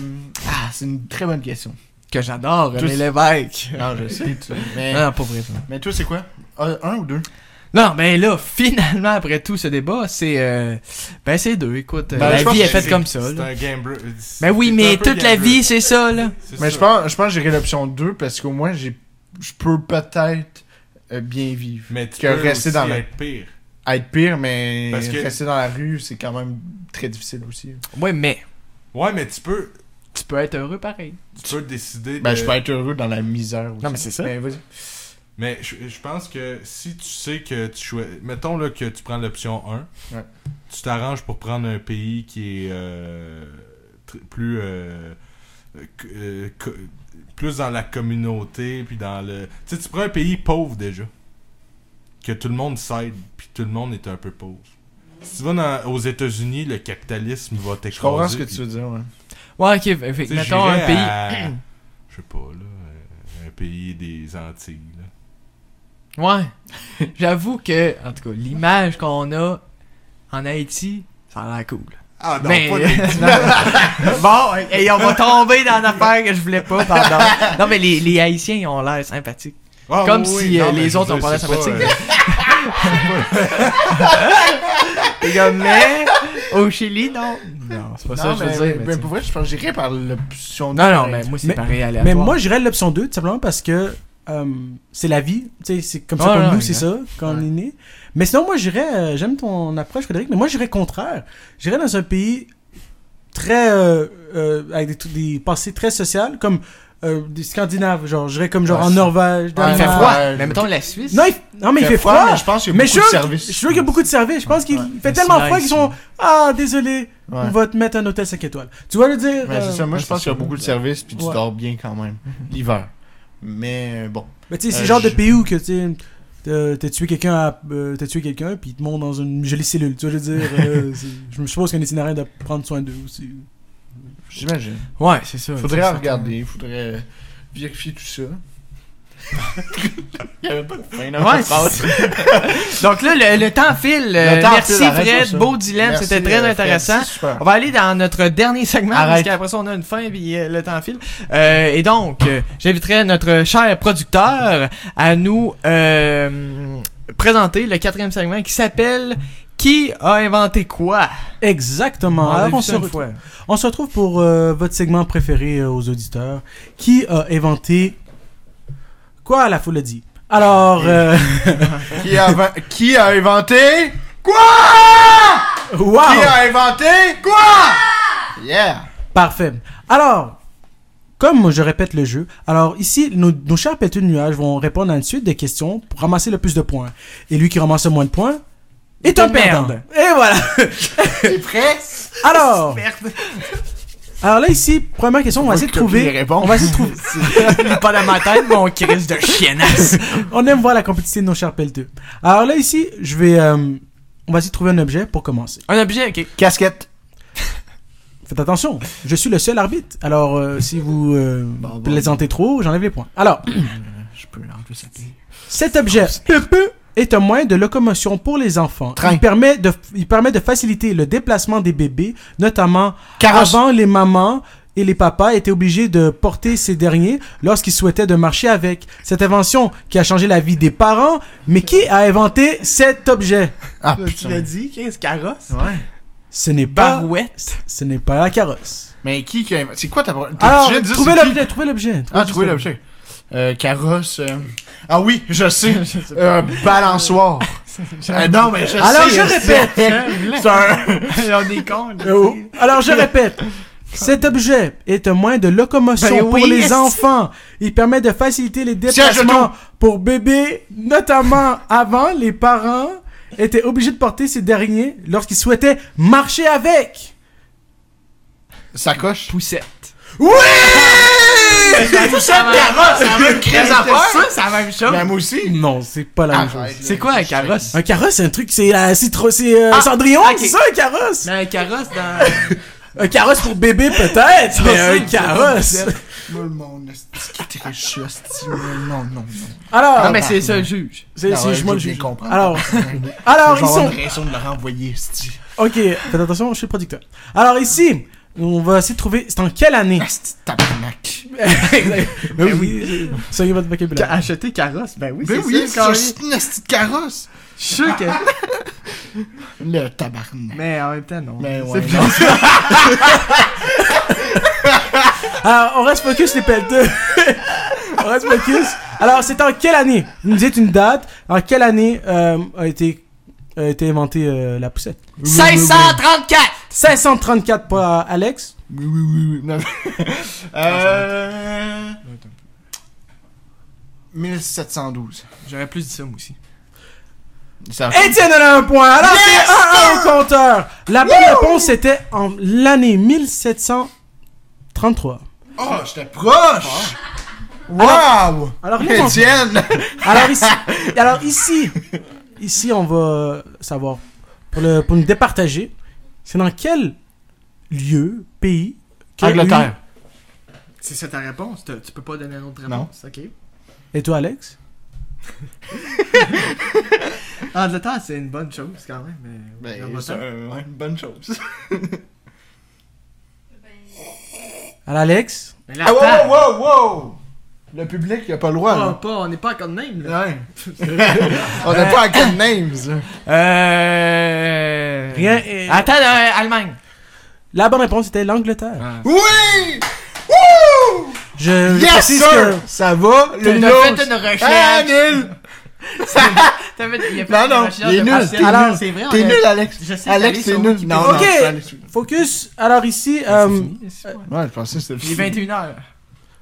C: ah, c'est une très bonne question.
B: Que j'adore, René
C: Tous-
B: Lévesque.
C: Non, je sais. tu- Mais,
B: Non, non, pas vrai.
C: mais toi, c'est quoi Un un ou deux
B: Non, ben là, finalement, après tout ce débat, c'est... euh, ben, c'est deux, écoute. euh,
C: Ben, je
B: la
C: pense
B: vie est
C: que
B: faite
A: c'est-
B: comme ça,
A: C'est
B: là.
A: un gambler.
B: Ben oui,
A: c'est un
B: mais
A: peu
B: toute la
A: gambler.
B: vie, c'est ça, là.
A: C'est
C: Mais
A: ça.
C: je pense, je pense que j'irai l'option 2 parce qu'au moins, j'ai, je peux peut-être euh, bien vivre.
A: Mais tu
C: que
A: peux
C: rester
A: aussi
C: dans la-
A: être pire.
C: À être pire, mais
A: Parce que-
C: rester dans la rue, c'est quand même très difficile aussi.
B: Ouais, mais
A: Ouais, mais tu peux,
B: tu peux être heureux pareil.
A: tu peux décider.
C: Ben,
A: de-
C: je peux être heureux dans la misère aussi.
B: Non, mais c'est ça.
C: Ben, vas-y.
A: Mais je, je pense que si tu sais que tu choisis. Mettons là, que tu prends l'option 1.
C: Ouais.
A: Tu t'arranges pour prendre un pays qui est euh, tr- plus. euh, euh, c- euh, co- plus dans la communauté, puis dans le. Tu sais, tu prends un pays pauvre déjà. Que tout le monde s'aide, puis tout le monde est un peu pauvre. Si tu vas dans- aux États-Unis, le capitalisme va t'écraser.
C: Je comprends ce que
A: puis-
C: tu veux dire, ouais.
B: Ouais, ok, fait- fait-
A: T'sais,
B: mettons un
A: j'irais
B: pays.
A: à- Je sais pas, là. Un pays des Antilles, là.
B: Ouais. J'avoue que, en tout cas, l'image qu'on a en Haïti, ça a l'air cool.
A: Ah non,
B: mais...
A: pas des...
B: bon, et et on va tomber dans l'affaire que je voulais pas, pardon. Non, mais les, les Haïtiens, ils ont l'air sympathiques.
A: Ah,
B: Comme
A: oui,
B: si
A: oui,
B: euh,
A: non, mais
B: les
A: je
B: autres
A: veux
B: ont pas l'air
A: dire, c'est
B: sympathiques.
A: pas, euh,
B: Les gars, mais au Chili, non. Non, c'est pas ça
C: non,
B: que je
C: mais,
B: veux dire.
C: mais
B: mais tu-
C: pour vrai, je pense que j'irais par l'option
B: Non, non,
C: directe.
B: mais moi, c'est
D: Mais-
B: pareil à
D: Mais moi, j'irais l'option 2, tout simplement parce que euh, c'est la vie. Tu sais, c'est comme ça
B: Ouais,
D: qu'on
B: ouais,
D: nous, c'est
B: exact.
D: ça, quand on
C: Ouais.
D: est né. Mais sinon, moi, j'irais. euh, J'aime ton approche, Frédéric, mais moi, j'irais contraire. J'irais dans un pays très. euh, euh, avec des, des pensées très sociales, comme euh, des Scandinaves, genre j'irais comme genre
C: Ouais,
D: en
C: c'est-
D: Norvège,
C: Ouais,
B: Il fait
D: Danemark.
B: froid.
C: ouais,
B: mais
C: je-
B: mettons la Suisse.
D: Non, il f- non, mais il fait froid.
C: mais je pense qu'il y a
D: Mais
C: beaucoup de
D: sûr-
C: services.
D: Je veux qu'il y a beaucoup de services. Je pense qu'il
C: Ouais.
D: fait
B: Mais
D: tellement
B: c'est
D: froid qu'ils
B: nice,
D: sont ah désolé,
C: Ouais.
D: on va te mettre un hôtel 5 étoiles. Tu vois le dire
C: Mais c'est
D: euh,
C: ça, moi
D: ouais,
C: je pense qu'il y a beaucoup de services puis tu
D: Ouais.
C: dors bien quand même l'hiver. Mais bon,
D: Mais tu sais, c'est
C: Euh,
D: le genre de
C: je-
D: pays où que tu sais, t'as t'as tué quelqu'un, à- euh, t'as tué quelqu'un, puis ils te montent dans une jolie cellule. Tu vois, je veux dire, euh, c'est- je me suppose qu'un itinéraire de prendre soin d'eux aussi.
C: j'imagine.
B: Ouais, c'est ça.
C: Faudrait
B: c'est ça.
C: regarder, faudrait vérifier tout ça. Il y avait pas de fin dans
B: Ouais,
C: cette phrase.
B: Donc là, le, le temps file. Euh,
C: Le temps
B: Merci
C: file, arrête
B: Fred,
C: ça.
B: beau dilemme,
C: Merci,
B: c'était très
C: euh, Fred,
B: intéressant.
C: c'est super.
B: On va aller dans notre dernier segment parce
C: Arrête.
B: qu'après ça on a une fin et le temps file. Euh, et donc, euh, j'inviterai notre cher producteur à nous euh, présenter le quatrième segment qui s'appelle Qui a inventé quoi
D: Exactement.
B: On l'a
D: Alors,
B: vu
D: on,
B: ça
D: se
B: une
D: re-
B: fois.
D: on se retrouve pour euh, votre segment préféré euh, aux auditeurs. Qui a inventé quoi La foule a dit. Alors, euh,
C: Qui a, inven- qui a inventé quoi
B: Ah!
D: wow!
C: Qui a inventé quoi Yeah.
D: Parfait. Alors, comme je répète le jeu, alors ici, nos, nos chers pétus de nuages vont répondre à une suite de questions pour ramasser le plus de points. Et lui qui ramasse le moins de points est un
B: De merde.
D: perdant. Et voilà.
C: T'es prêt
D: Alors, alors là, ici, première question, on va essayer de
C: Les
D: trouver.
C: réponses.
D: On va essayer de trouver.
B: Il est pas dans ma tête, mon crise de chiennasse.
D: On aime voir la compétition de nos chers pelleteux. Alors là, ici, je vais. euh, on va essayer de trouver un objet pour commencer.
B: Un objet, ok.
C: Casquette.
D: Faites attention, je suis le seul arbitre. Alors, euh, si vous euh,
C: bon,
D: plaisantez trop, j'enlève les points. Alors,
C: Je peux l'enlever ça.
D: Cet objet peu est un moyen de locomotion pour les enfants.
C: Train.
D: Il permet, de, il permet de faciliter le déplacement des bébés, notamment
C: Carrosse.
D: avant les mamans et les papas étaient obligés de porter ces derniers lorsqu'ils souhaitaient de marcher avec. Cette invention qui a changé la vie des parents, mais qui a inventé cet objet
C: Ah putain.
B: dit, 15 carrosse.
C: Ouais.
D: Ce n'est
C: Bah,
D: pas,
B: Barouette.
D: ce n'est pas la carrosse.
C: Mais qui qui a inventé C'est quoi ta pro- t'as-
D: Alors,
C: tu viens de dire
D: trouvez
C: c'est qui?
D: l'objet, trouvez l'objet.
C: Ah, trouver l'objet. Euh, carrosse. euh, Ah oui, je sais. Euh, balançoire. Euh, non, mais je
D: Alors,
C: sais.
D: je répète.
C: C'est un.
B: On est con. là.
D: Oh. Alors je répète. Cet objet est un moyen de locomotion
B: Ben
D: pour
B: oui,
D: les
B: est-ce-
D: enfants. Il permet de faciliter les
C: genou.
D: déplacements pour bébés, notamment avant les parents étaient obligés de porter ces derniers lorsqu'ils souhaitaient marcher avec.
C: Sacoche.
B: Poussette.
C: Oui!
B: Poussette,
C: Carrosse, c'est la même crise à faire.
B: c'est la même chose.
C: Mais moi aussi. Ah,
D: Non, c'est pas la même
C: Arrête,
D: chose.
B: C'est quoi un carrosse?
D: Ah. Un carrosse, c'est un truc, c'est la c'est trop- c'est euh,
B: Ah,
D: Cendrillon,
B: ok.
D: c'est ça un carrosse.
B: Mais un carrosse dans.
D: Un carrosse pour bébé peut-être, mais
B: Ça,
D: un
B: c'est-
D: carrosse.
C: Moi, le monde, c'est qui était riche, hostie. Non, non, non.
D: Alors,
B: Non, mais c'est ça le juge.
D: c'est
C: Ah ouais,
D: c'est- moi le
C: j'ai bien
D: juge.
C: compris.
D: Alors, alors
C: Je
D: ils
C: vais avoir
D: sont
C: une raison de le renvoyer, hostie.
D: Ok, faites attention, je suis producteur. Alors ici, on va essayer de trouver. C'est en quelle
B: Ah,
D: année
C: Hostie, tabarnak.
D: Oui,
B: ben
D: oui. Soyez votre vocabulaire.
B: Acheter carrosse, ben oui,
C: Ben oui, c'est une hostie de carrosse.
B: Je suis sûr que.
C: Le tabarnak.
B: Mais en même temps, non.
C: Mais ouais,
B: C'est
C: non.
B: plus-
D: Alors, Ah, on reste focus les pelleteux. on reste focus. Alors, c'est en quelle année Vous nous dites une date. En quelle année euh, a été a été inventée euh, la poussette
B: 534!
D: 1634 pour euh, Alex.
C: Oui, oui, oui, oui. Non, mais- euh... 1712.
B: J'aurais plus dit ça, moi aussi.
C: Ça-
D: Étienne en a un point. Alors, c'est 1-1 au compteur. La bonne réponse était en l'année 1733.
C: Oh, j'étais proche! Wow!
D: Alors, nous, on-
C: Étienne!
D: Alors ici, alors ici, ici, on va savoir pour le pour nous départager. C'est dans quel lieu, pays que
C: Angleterre.
B: C'est ça ta réponse? Tu tu peux pas donner une autre
C: Non.
B: réponse, ok?
D: lui- Et toi, Alex
B: Angleterre, Ah, c'est une bonne chose quand même, mais.
C: Ben, c'est un- ouais, une bonne chose.
D: Alors Alex,
B: Mais là,
C: Ah, wow,
B: attends! Ah.
C: wow, wow! Le public, il a pas le droit,
B: On
C: là.
B: est pas- On n'est pas encore de même, là.
C: Ouais. On n'a pas à code names, là.
B: Euh.
D: Rien est-
B: Attends, euh, Allemagne!
D: la bonne réponse était l'Angleterre.
C: Oui!
D: Je, je
C: Yes,
D: précise
C: sir! Ça va? Le
B: T'as
C: nose?
B: fait une recherche!
C: Ah, nul!
B: T'as fait- il a fait
C: Non,
B: une
C: non,
B: recherche
C: il est
B: de
C: nul,
B: partiel.
C: t'es
B: Alors,
C: nul.
B: c'est vrai, on
C: T'es
B: a-
C: nul, Alex.
B: euh, Je sais,
C: Alex,
B: t'es
C: c'est
B: allé
C: nul.
B: sur
C: Non,
D: que-
C: non,
D: Ok.
C: c'est pas Alex.
D: que. Focus. Alors ici, euh,
B: c'est fini, c'est
C: Ouais, je pensais que c'était
B: Il est 21h.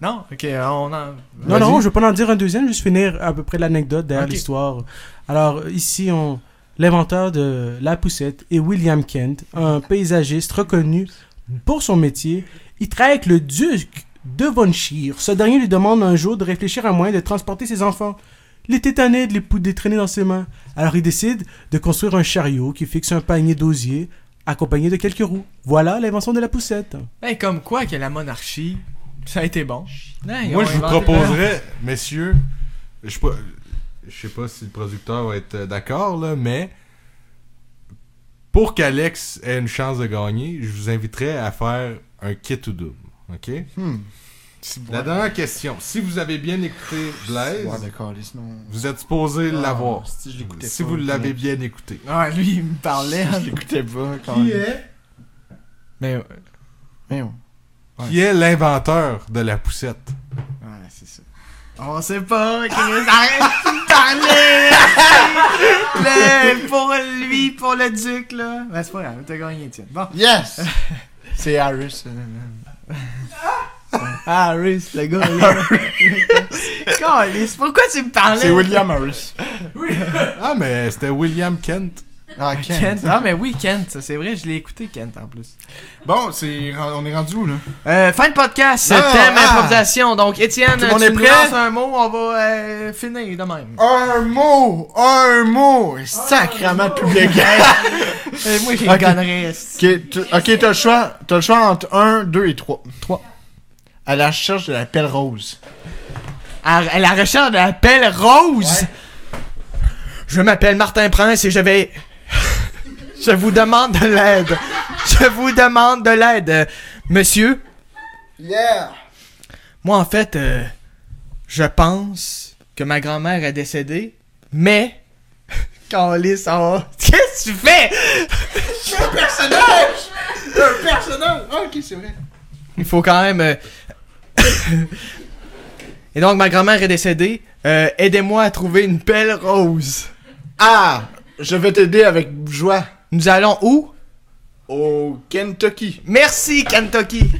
B: Non? Ok, on en.
D: Non,
C: Vas-y.
D: non, je veux pas en dire un deuxième, juste finir à peu près l'anecdote derrière
B: Ok.
D: l'histoire. Alors, ici, on l'inventeur de la poussette est William Kent, un paysagiste reconnu pour son métier. Il travaille avec le duc de Vonshire. Ce dernier lui demande un jour de réfléchir à un moyen de transporter ses enfants. Il était tanné de les pou- de les traîner dans ses mains. Alors, il décide de construire un chariot qui fixe un panier d'osier accompagné de quelques roues. Voilà l'invention de la poussette.
B: Ben, comme quoi que la monarchie, ça a été bon. Ouais, ils
A: Moi,
B: ont
A: je vous
B: inventé-
A: proposerais, messieurs, je sais pas, je sais pas si le producteur va être euh, d'accord, là, mais pour qu'Alex ait une chance de gagner, je vous inviterais à faire un kit ou double. OK?
C: Hmm.
A: La dernière question. Si vous avez bien écouté Blaise,
C: Ouais, d'accord, les- sinon-
A: vous êtes supposé l'avoir.
C: Si je l'écoutais
A: Si
C: pas,
A: vous
C: je
A: l'avez bien écouté.
B: Ah, lui, il me parlait.
C: Je l'écoutais hein, pas quand
A: Qui
C: même.
A: est,
B: Mais, euh,
C: Mais ouais.
A: qui est l'inventeur de la poussette?
C: Ouais, c'est ça.
B: on sait pas, Chris, arrête de parler! Le- pour lui, pour le duc, là. Ben, c'est pas grave, t'as gagné, tiens. Bon.
C: Yes! c'est Harris. euh,
B: Harris, Ah, le gars, là. Calisse, Ah, pourquoi tu me parlais?
C: C'est William Harris.
A: Ah, mais c'était William Kent.
C: Ah, Ken.
B: Kent. Ah, mais oui, Kent, ça, c'est vrai, je l'ai écouté, Kent, en plus.
C: Bon, c'est... on est rendu où, là?
B: Euh, fin de podcast,
C: Non,
B: thème
C: ah.
B: improvisation. Donc, Étienne,
C: Tout le
B: tu
C: monde est
B: nous
C: prêt? Ah.
B: lances un mot, on va euh, finir de même.
C: Un mot! Un mot! Sacrement de public!
B: Euh, moi, j'ai
C: Ok.
B: une connerie. esti.
C: ok, tu- ok, t'as le choix. T'as le choix entre 1, 2 et 3. 3. À la recherche de la pelle rose.
B: À, à la recherche de la pelle rose. Je m'appelle Martin Prince et je vais... je vous demande de l'aide. Je vous demande de l'aide. Euh, Monsieur,
C: Yeah!
B: moi, en fait, euh, je pense que ma grand-mère est décédée, mais... Calisse, ça va. Qu'est-ce que tu fais?
C: Un personnage! Un personnage! Ah, ok, c'est vrai.
B: Il faut quand même. euh, Et donc, ma grand-mère est décédée. Euh, Aidez-moi à trouver une belle rose.
C: Ah! Je vais t'aider avec joie.
B: Nous allons où
C: Au Kentucky.
B: Merci, Kentucky.